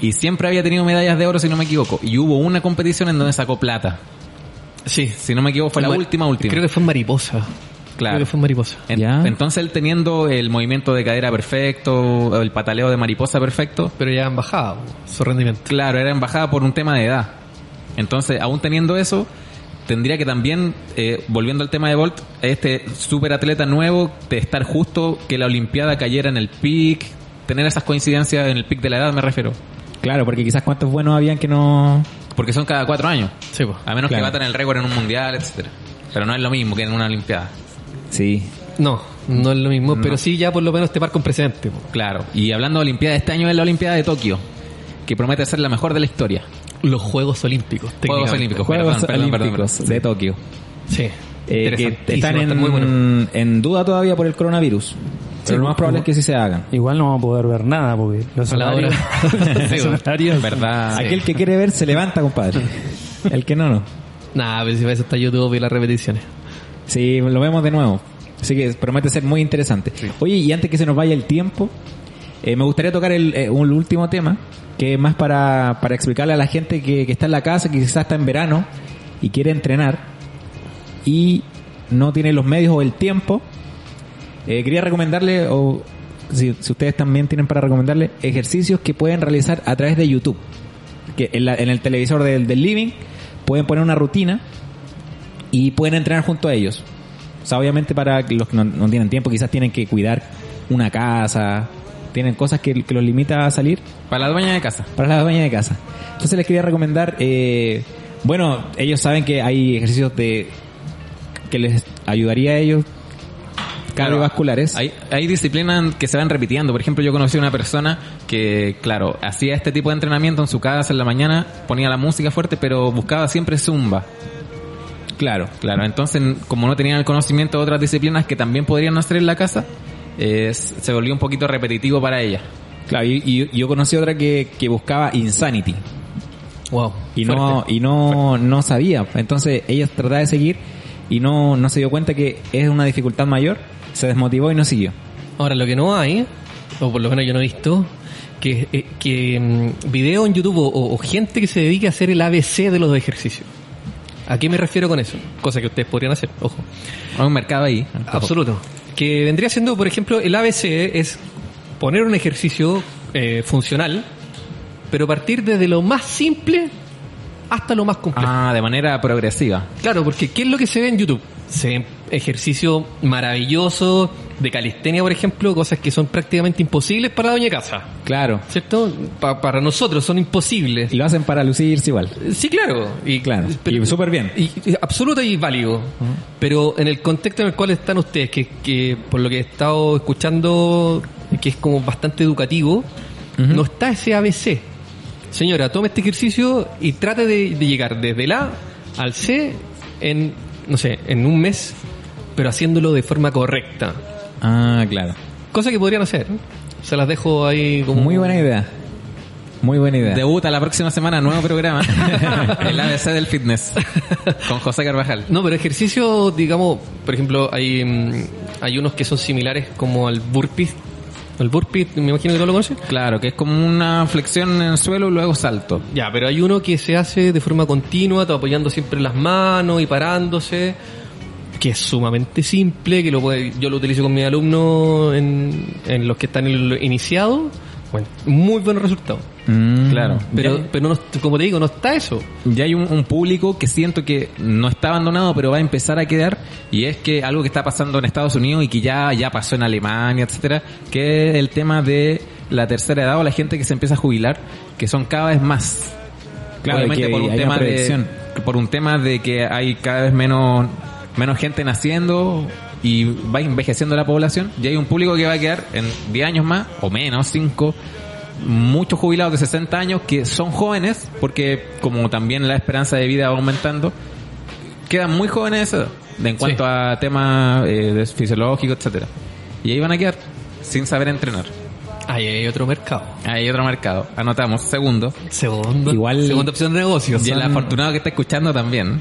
Speaker 2: Y siempre había tenido medallas de oro, si no me equivoco. Y hubo una competición en donde sacó plata.
Speaker 3: Sí.
Speaker 2: Si no me equivoco, fue la
Speaker 3: Mar-
Speaker 2: última, última.
Speaker 3: Creo que fue en Mariposa.
Speaker 2: Claro.
Speaker 3: Creo que fue en Mariposa.
Speaker 2: En-
Speaker 1: Ya.
Speaker 2: Entonces él teniendo el movimiento de cadera perfecto, el pataleo de mariposa perfecto,
Speaker 3: Pero ya han bajado su rendimiento.
Speaker 2: Claro, era embajada por un tema de edad. Entonces, aún teniendo eso, tendría que también, eh, volviendo al tema de Bolt, este super atleta nuevo, de estar justo que la Olimpiada cayera en el pic, tener esas coincidencias en el pic de la edad, me refiero.
Speaker 1: Claro, porque quizás cuántos buenos habían que no...
Speaker 2: Porque son cada cuatro años.
Speaker 3: Sí, pues.
Speaker 2: A menos
Speaker 1: Claro.
Speaker 2: que batan el récord en un mundial, etcétera. Pero no es lo mismo que en una Olimpiada.
Speaker 1: Sí.
Speaker 3: No, no es lo mismo, pero sí ya por lo menos te marca un precedente. po.
Speaker 2: Claro. Y hablando de Olimpiada, este año es la Olimpiada de Tokio, que promete ser la mejor de la historia.
Speaker 3: Los Juegos Olímpicos.
Speaker 2: Juegos
Speaker 3: técnicamente.
Speaker 2: Olímpicos.
Speaker 1: Juegos
Speaker 2: perdón, perdón, perdón.
Speaker 1: Olímpicos de Tokio.
Speaker 3: Sí.
Speaker 1: Eh, que
Speaker 3: Interesantísimo,
Speaker 1: están en,
Speaker 3: está muy bueno. pues,
Speaker 1: en duda todavía por el coronavirus. Pero lo más probable es que sí se hagan.
Speaker 4: Igual no vamos a poder ver nada porque los
Speaker 3: A la hora.
Speaker 4: horarios, los horarios-
Speaker 2: ¿Verdad?
Speaker 1: Aquel que quiere ver se levanta, compadre. El que no, no.
Speaker 3: Nah, pero si ves hasta YouTube y las repeticiones.
Speaker 1: Sí, lo vemos de nuevo. Así que promete ser muy interesante. Oye, y antes que se nos vaya el tiempo, eh, me gustaría tocar el, eh, un último tema, que es más para, para explicarle a la gente que, que está en la casa, que quizás está en verano y quiere entrenar y no tiene los medios o el tiempo. Eh, quería recomendarle, o si, si ustedes también tienen para recomendarle, ejercicios que pueden realizar a través de YouTube. Que en, la- en el televisor del, del living pueden poner una rutina y pueden entrenar junto a ellos. O sea, obviamente para los que no, no tienen tiempo, quizás tienen que cuidar una casa, tienen cosas que, que los limita a salir
Speaker 2: Para la dueña de casa.
Speaker 1: para la dueña de casa. Entonces les quería recomendar, eh, bueno, ellos saben que hay ejercicios de que les ayudaría a ellos cardiovasculares.
Speaker 2: Hay, hay disciplinas que se van repitiendo. Por ejemplo, yo conocí a una persona que, claro, hacía este tipo de entrenamiento en su casa en la mañana, ponía la música fuerte, pero buscaba siempre zumba. Claro, claro. Entonces, como no tenían el conocimiento de otras disciplinas que también podrían hacer en la casa, eh, se volvió un poquito repetitivo para ella.
Speaker 1: Claro, y, y- y yo conocí otra que, que buscaba Insanity.
Speaker 3: Wow.
Speaker 1: y no y no no sabía entonces ella trataba de seguir y no no se dio cuenta que es una dificultad mayor se desmotivó y no siguió
Speaker 3: Ahora, lo que no hay, o por lo menos yo no he visto, que, eh, que mm, video en YouTube o, o- o gente que se dedique a hacer el ABC de los ejercicios. ¿A qué me refiero con eso? Cosa que ustedes podrían hacer, ojo.
Speaker 2: Hay un mercado ahí. ¿eh?
Speaker 3: Absoluto. Que vendría siendo, por ejemplo, el ABC es poner un ejercicio eh, funcional, pero partir desde lo más simple hasta lo más complejo.
Speaker 2: Ah, de manera progresiva.
Speaker 3: Claro, porque ¿qué es lo que se ve en YouTube? Se ven ejercicios maravillosos de calistenia, por ejemplo, cosas que son prácticamente imposibles para la doña casa,
Speaker 1: claro
Speaker 3: ¿cierto? Pa- para nosotros son imposibles.
Speaker 1: y lo hacen para lucirse igual
Speaker 3: Sí, claro. Y
Speaker 1: Claro, y súper bien.
Speaker 3: y- y absoluto y válido. Pero en el contexto en el cual están ustedes, que, que por lo que he estado escuchando, que es como bastante educativo, no está ese ABC. Señora, tome este ejercicio y trate de, de llegar desde el A al C en, no sé, en un mes, pero haciéndolo de forma correcta.
Speaker 1: ah claro
Speaker 3: Cosa que podrían hacer. Se las dejo ahí como...
Speaker 1: muy buena idea muy buena idea
Speaker 2: Debuta la próxima semana, nuevo programa. el ABC del fitness. Con José Carvajal.
Speaker 3: No, pero ejercicio, digamos, por ejemplo, hay, mm, hay unos que son similares como al burpee. El burpee, me imagino que no lo conoces.
Speaker 2: Claro, que es como una flexión en el suelo y luego salto.
Speaker 3: Ya, pero hay uno que se hace de forma continua, to- apoyando siempre las manos y parándose, que es sumamente simple, que lo puede- yo lo utilizo con mis alumnos en, en los que están iniciados. Bueno, muy buen resultado.
Speaker 1: Mm,
Speaker 2: Claro.
Speaker 3: Pero, pero no, como te digo, no está eso.
Speaker 2: Ya hay un, un público que siento que no está abandonado, pero va a empezar a quedar. Y es que algo que está pasando en Estados Unidos y que ya, ya pasó en Alemania, etcétera, que es el tema de la tercera edad o la gente que se empieza a jubilar, que son cada vez más.
Speaker 1: Claro,
Speaker 2: Obviamente
Speaker 1: que
Speaker 2: por un
Speaker 1: hay
Speaker 2: tema
Speaker 1: una
Speaker 2: de,
Speaker 1: predicción.
Speaker 2: por un tema de que hay cada vez menos, menos gente naciendo y va envejeciendo la población. Y hay un público que va a quedar en 10 años más, o menos, 5, muchos jubilados de 60 años que son jóvenes, porque como también la esperanza de vida va aumentando, quedan muy jóvenes de esa edad, de- en cuanto a temas eh, de- fisiológicos, etcétera Y ahí van a quedar sin saber entrenar.
Speaker 3: Ahí hay otro mercado.
Speaker 2: Ahí hay otro mercado. Anotamos, segundo.
Speaker 3: Segundo,
Speaker 1: Igual-
Speaker 3: segunda opción de negocio.
Speaker 2: Y el
Speaker 1: Son-
Speaker 2: afortunado que está escuchando también.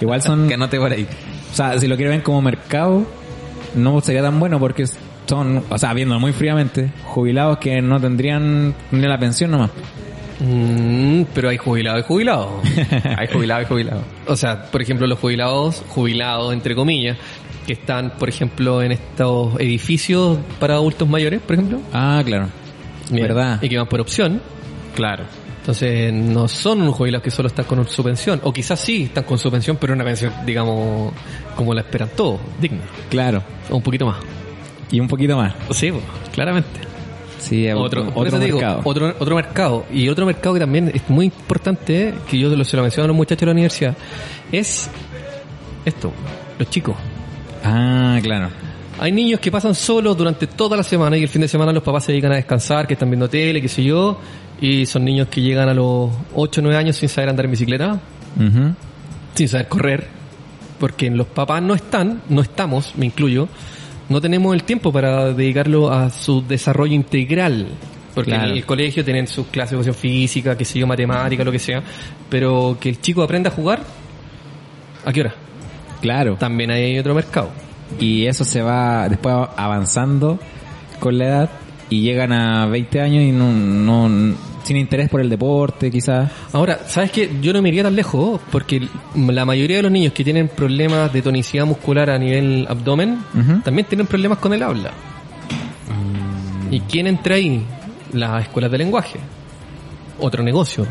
Speaker 1: igual son
Speaker 2: que anote por ahí.
Speaker 1: O sea, si lo quieren ver como mercado, no sería tan bueno porque son, o sea, viéndolo muy fríamente, jubilados que no tendrían ni la pensión nomás.
Speaker 3: Mm, pero hay jubilados y jubilados.
Speaker 2: Hay jubilado, hay jubilado.
Speaker 3: o sea, por ejemplo, los jubilados, jubilados entre comillas, que están, por ejemplo, en estos edificios para adultos mayores, por ejemplo.
Speaker 1: Ah, claro. ¿Verdad?
Speaker 3: Y que van por opción.
Speaker 2: Claro.
Speaker 3: Entonces, no son unos jubilados que solo están con su pensión. O quizás sí están con su pensión, pero una pensión, digamos, como la esperan todos, digna.
Speaker 1: Claro.
Speaker 3: O un poquito más.
Speaker 1: Y un poquito más.
Speaker 3: Sí, pues, claramente.
Speaker 1: Sí, es
Speaker 3: otro,
Speaker 1: otro,
Speaker 3: por eso te digo,
Speaker 1: mercado.
Speaker 3: otro, otro mercado. Y otro mercado que también es muy importante, que yo se lo menciono a los muchachos de la universidad, es esto, los chicos.
Speaker 1: Ah, claro.
Speaker 3: Hay niños que pasan solos durante toda la semana y el fin de semana los papás se dedican a descansar, que están viendo tele, qué sé yo, y son niños que llegan a los 8 o 9 años sin saber andar en bicicleta,
Speaker 1: Ujú.
Speaker 3: sin saber correr, porque los papás no están, no estamos, me incluyo, no tenemos el tiempo para dedicarlo a su desarrollo integral. Porque
Speaker 1: Claro.
Speaker 3: en el colegio tienen sus clases de educación física, qué sé yo, matemática, lo que sea, pero que el chico aprenda a jugar, ¿a qué hora?
Speaker 1: Claro.
Speaker 3: También hay otro mercado.
Speaker 1: Y eso se va después avanzando con la edad y llegan a 20 años y no, no sin interés por el deporte, quizás.
Speaker 3: Ahora, ¿sabes qué? Yo no me iría tan lejos, porque la mayoría de los niños que tienen problemas de tonicidad muscular a nivel abdomen,
Speaker 1: Ujú.
Speaker 3: también tienen problemas con el habla. ¿Y quién entra ahí? Las escuelas de lenguaje. Otro negocio.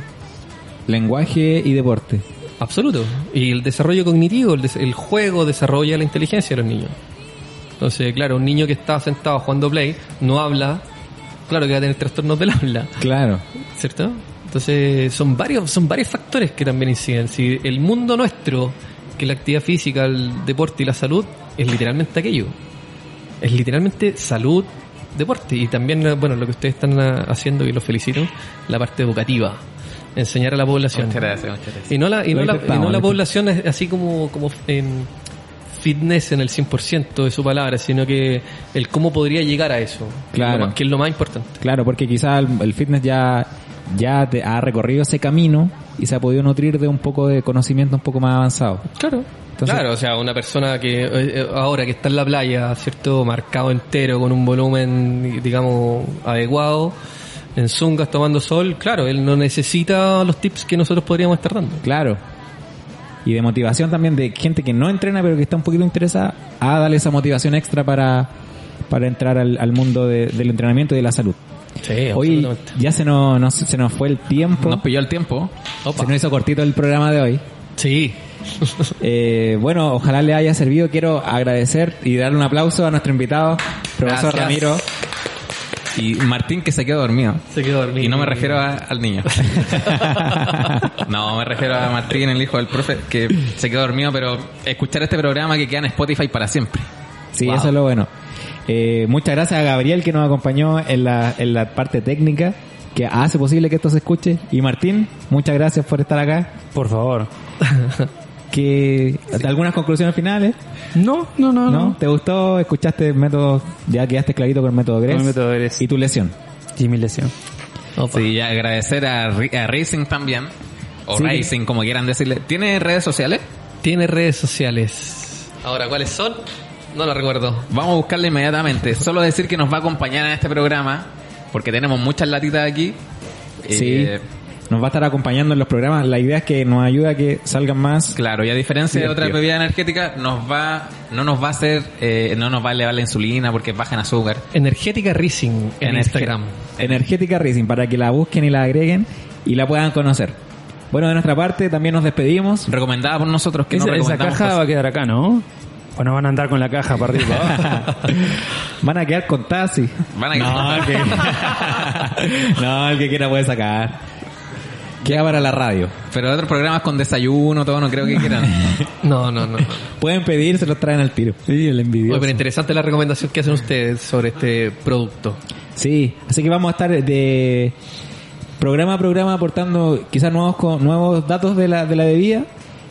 Speaker 1: Lenguaje y deporte.
Speaker 3: Absoluto. Y el desarrollo cognitivo, el, des- el juego desarrolla la inteligencia de los niños. Entonces, claro, un niño que está sentado jugando play, no habla, claro que va a tener trastornos del habla.
Speaker 1: Claro.
Speaker 3: ¿Cierto? Entonces son varios, son varios factores que también inciden. Si el mundo nuestro, que la actividad física, el deporte y la salud, es literalmente aquello. Es literalmente salud, deporte. Y también, eh, bueno, lo que ustedes están ah, haciendo, y los felicito, la parte educativa. Enseñar a la población.
Speaker 2: Muchas gracias, muchas gracias.
Speaker 3: Y no la, y
Speaker 1: Lo
Speaker 3: no la, y
Speaker 1: intentamos,
Speaker 3: no la
Speaker 1: lo
Speaker 3: población es así como, como en fitness en el 100% de su palabra, sino que el cómo podría llegar a eso.
Speaker 1: Claro.
Speaker 3: Lo más- Que es lo más importante.
Speaker 1: Claro, porque quizás el, el fitness ya ya te- ha recorrido ese camino y se ha podido nutrir de un poco de conocimiento un poco más avanzado.
Speaker 3: Claro.
Speaker 1: Entonces-
Speaker 3: claro, o sea, una persona que eh, eh, ahora que está en la playa, ¿cierto? Marcado entero con un volumen, digamos, adecuado, en zungas tomando sol, claro, él no necesita los tips que nosotros podríamos estar dando.
Speaker 1: Claro. Y de motivación también de gente que no entrena pero que está un poquito interesada a darle esa motivación extra para, para entrar al, al mundo de- del entrenamiento y de la salud.
Speaker 3: Sí,
Speaker 1: Hoy ya se nos, nos- se nos fue el tiempo.
Speaker 2: Nos pilló el tiempo.
Speaker 1: se nos hizo cortito el programa de hoy.
Speaker 3: Sí.
Speaker 1: Eh, bueno, ojalá le haya servido. Quiero agradecer y darle un aplauso a nuestro invitado, profesor
Speaker 2: Gracias.
Speaker 1: Ramiro.
Speaker 2: Y Martín que se quedó dormido.
Speaker 3: Se quedó dormido.
Speaker 2: Y no me refiero a- al niño. no, me refiero a Martín, el hijo del profe, que se quedó dormido, pero escuchar este programa que queda en Spotify para siempre.
Speaker 1: Sí, eso es lo bueno. Eh, muchas gracias a Gabriel que nos acompañó en la, en la parte técnica, que hace posible que esto se escuche. Y Martín, muchas gracias por estar acá.
Speaker 4: Por favor.
Speaker 1: Que, ¿Algunas conclusiones finales?
Speaker 4: No, no, no,
Speaker 1: ¿No?
Speaker 4: no.
Speaker 1: ¿Te gustó? ¿Escuchaste el método? Ya quedaste clarito con el método Gress.
Speaker 4: Con el método Gress.
Speaker 1: Y tu lesión.
Speaker 4: Jimmy lesión.
Speaker 3: Opa.
Speaker 2: Sí, y agradecer a, Ri- a Racing también. O
Speaker 1: Sí.
Speaker 2: Racing, como quieran decirle. ¿Tiene redes sociales?
Speaker 3: Tiene redes sociales. Ahora, ¿cuáles son? No lo recuerdo.
Speaker 2: Vamos a buscarla inmediatamente. Solo decir que nos va a acompañar en este programa, porque tenemos muchas latitas aquí.
Speaker 1: Sí.
Speaker 2: Eh,
Speaker 1: Nos va a estar acompañando en los programas. La idea es que nos ayude a que salgan más.
Speaker 2: Claro, y a diferencia de
Speaker 1: Divertido.
Speaker 2: otras bebidas energéticas, nos va, no nos va a hacer, eh, no nos va a elevar la insulina porque baja en azúcar.
Speaker 3: Energética Rising en,
Speaker 2: Energe-
Speaker 3: Instagram.
Speaker 1: Energética Racing para que la busquen y la agreguen y la puedan conocer. Bueno, de nuestra parte también nos despedimos.
Speaker 2: Recomendada por nosotros que no
Speaker 4: Esa, esa
Speaker 2: recomendamos
Speaker 4: caja va a quedar acá, ¿no? O no van a andar con la caja para arriba.
Speaker 1: Van a quedar con Tassi.
Speaker 2: cosas. Van a
Speaker 1: No, el que, no, el que quiera puede sacar. Queda para la radio.
Speaker 2: Pero otros programas con desayuno, todo, no creo que quieran.
Speaker 3: No, no, no. no.
Speaker 1: Pueden pedir, se los traen al tiro. Sí, el
Speaker 3: Oye,
Speaker 1: envidioso.
Speaker 3: pero interesante la recomendación que hacen ustedes sobre este producto.
Speaker 1: Sí, así que vamos a estar de programa a programa aportando quizás nuevos co- nuevos datos de la, de la bebida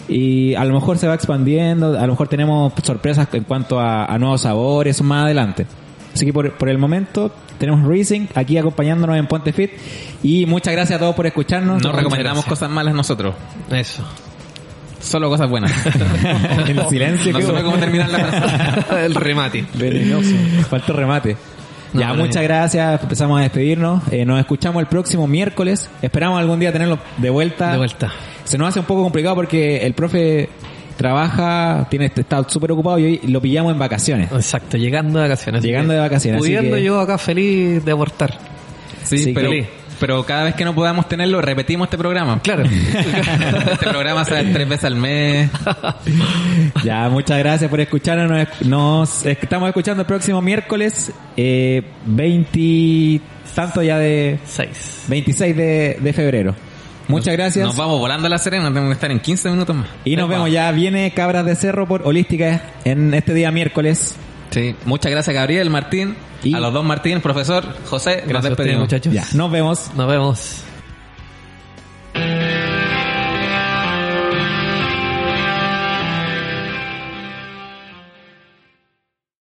Speaker 1: y a lo mejor se va expandiendo, a lo mejor tenemos sorpresas en cuanto a, a nuevos sabores más adelante. Así que por, por el momento tenemos Racing aquí acompañándonos en Ponte Fit y muchas gracias a todos por escucharnos.
Speaker 2: No
Speaker 1: Muchas
Speaker 2: recomendamos
Speaker 1: gracias.
Speaker 2: cosas malas nosotros.
Speaker 3: Eso.
Speaker 2: Solo cosas buenas.
Speaker 1: El silencio.
Speaker 2: no
Speaker 1: que
Speaker 2: supe
Speaker 1: hubo.
Speaker 2: cómo terminar la frase.
Speaker 3: El remate.
Speaker 1: Venenoso. Faltó remate.
Speaker 3: No,
Speaker 1: ya,
Speaker 3: pero
Speaker 1: muchas
Speaker 3: bien.
Speaker 1: gracias. Empezamos a despedirnos. Eh, nos escuchamos el próximo miércoles. Esperamos algún día tenerlo de vuelta.
Speaker 3: De vuelta.
Speaker 1: Se nos hace un poco complicado porque el profe trabaja, tiene está súper ocupado y hoy lo pillamos en vacaciones.
Speaker 3: Exacto, llegando de vacaciones.
Speaker 1: Llegando de vacaciones, así
Speaker 3: Pudiendo
Speaker 1: que-
Speaker 3: yo acá feliz de abortar.
Speaker 2: Sí,
Speaker 1: Sí,
Speaker 2: pero,
Speaker 1: que-
Speaker 2: pero cada vez que no podamos tenerlo, repetimos este programa.
Speaker 3: Claro.
Speaker 2: Este programa se hace tres veces al mes.
Speaker 1: Ya, muchas gracias por escucharnos. Nos, nos estamos escuchando el próximo miércoles, eh, 20 tanto ya de
Speaker 3: Seis.
Speaker 1: 26 de, de febrero. Muchas gracias.
Speaker 2: Nos vamos volando a la serena, tenemos que estar en 15 minutos más.
Speaker 1: Y nos
Speaker 2: Ahí
Speaker 1: vemos
Speaker 2: va.
Speaker 1: ya. Viene Cabras de Cerro por Holística en este día miércoles.
Speaker 2: Sí. Muchas gracias, Gabriel, Martín.
Speaker 1: Y-
Speaker 2: A los dos Martín, profesor, José. nos
Speaker 3: Gracias a ustedes,
Speaker 2: despedimos.
Speaker 3: muchachos.
Speaker 1: Ya, nos vemos.
Speaker 3: Nos vemos.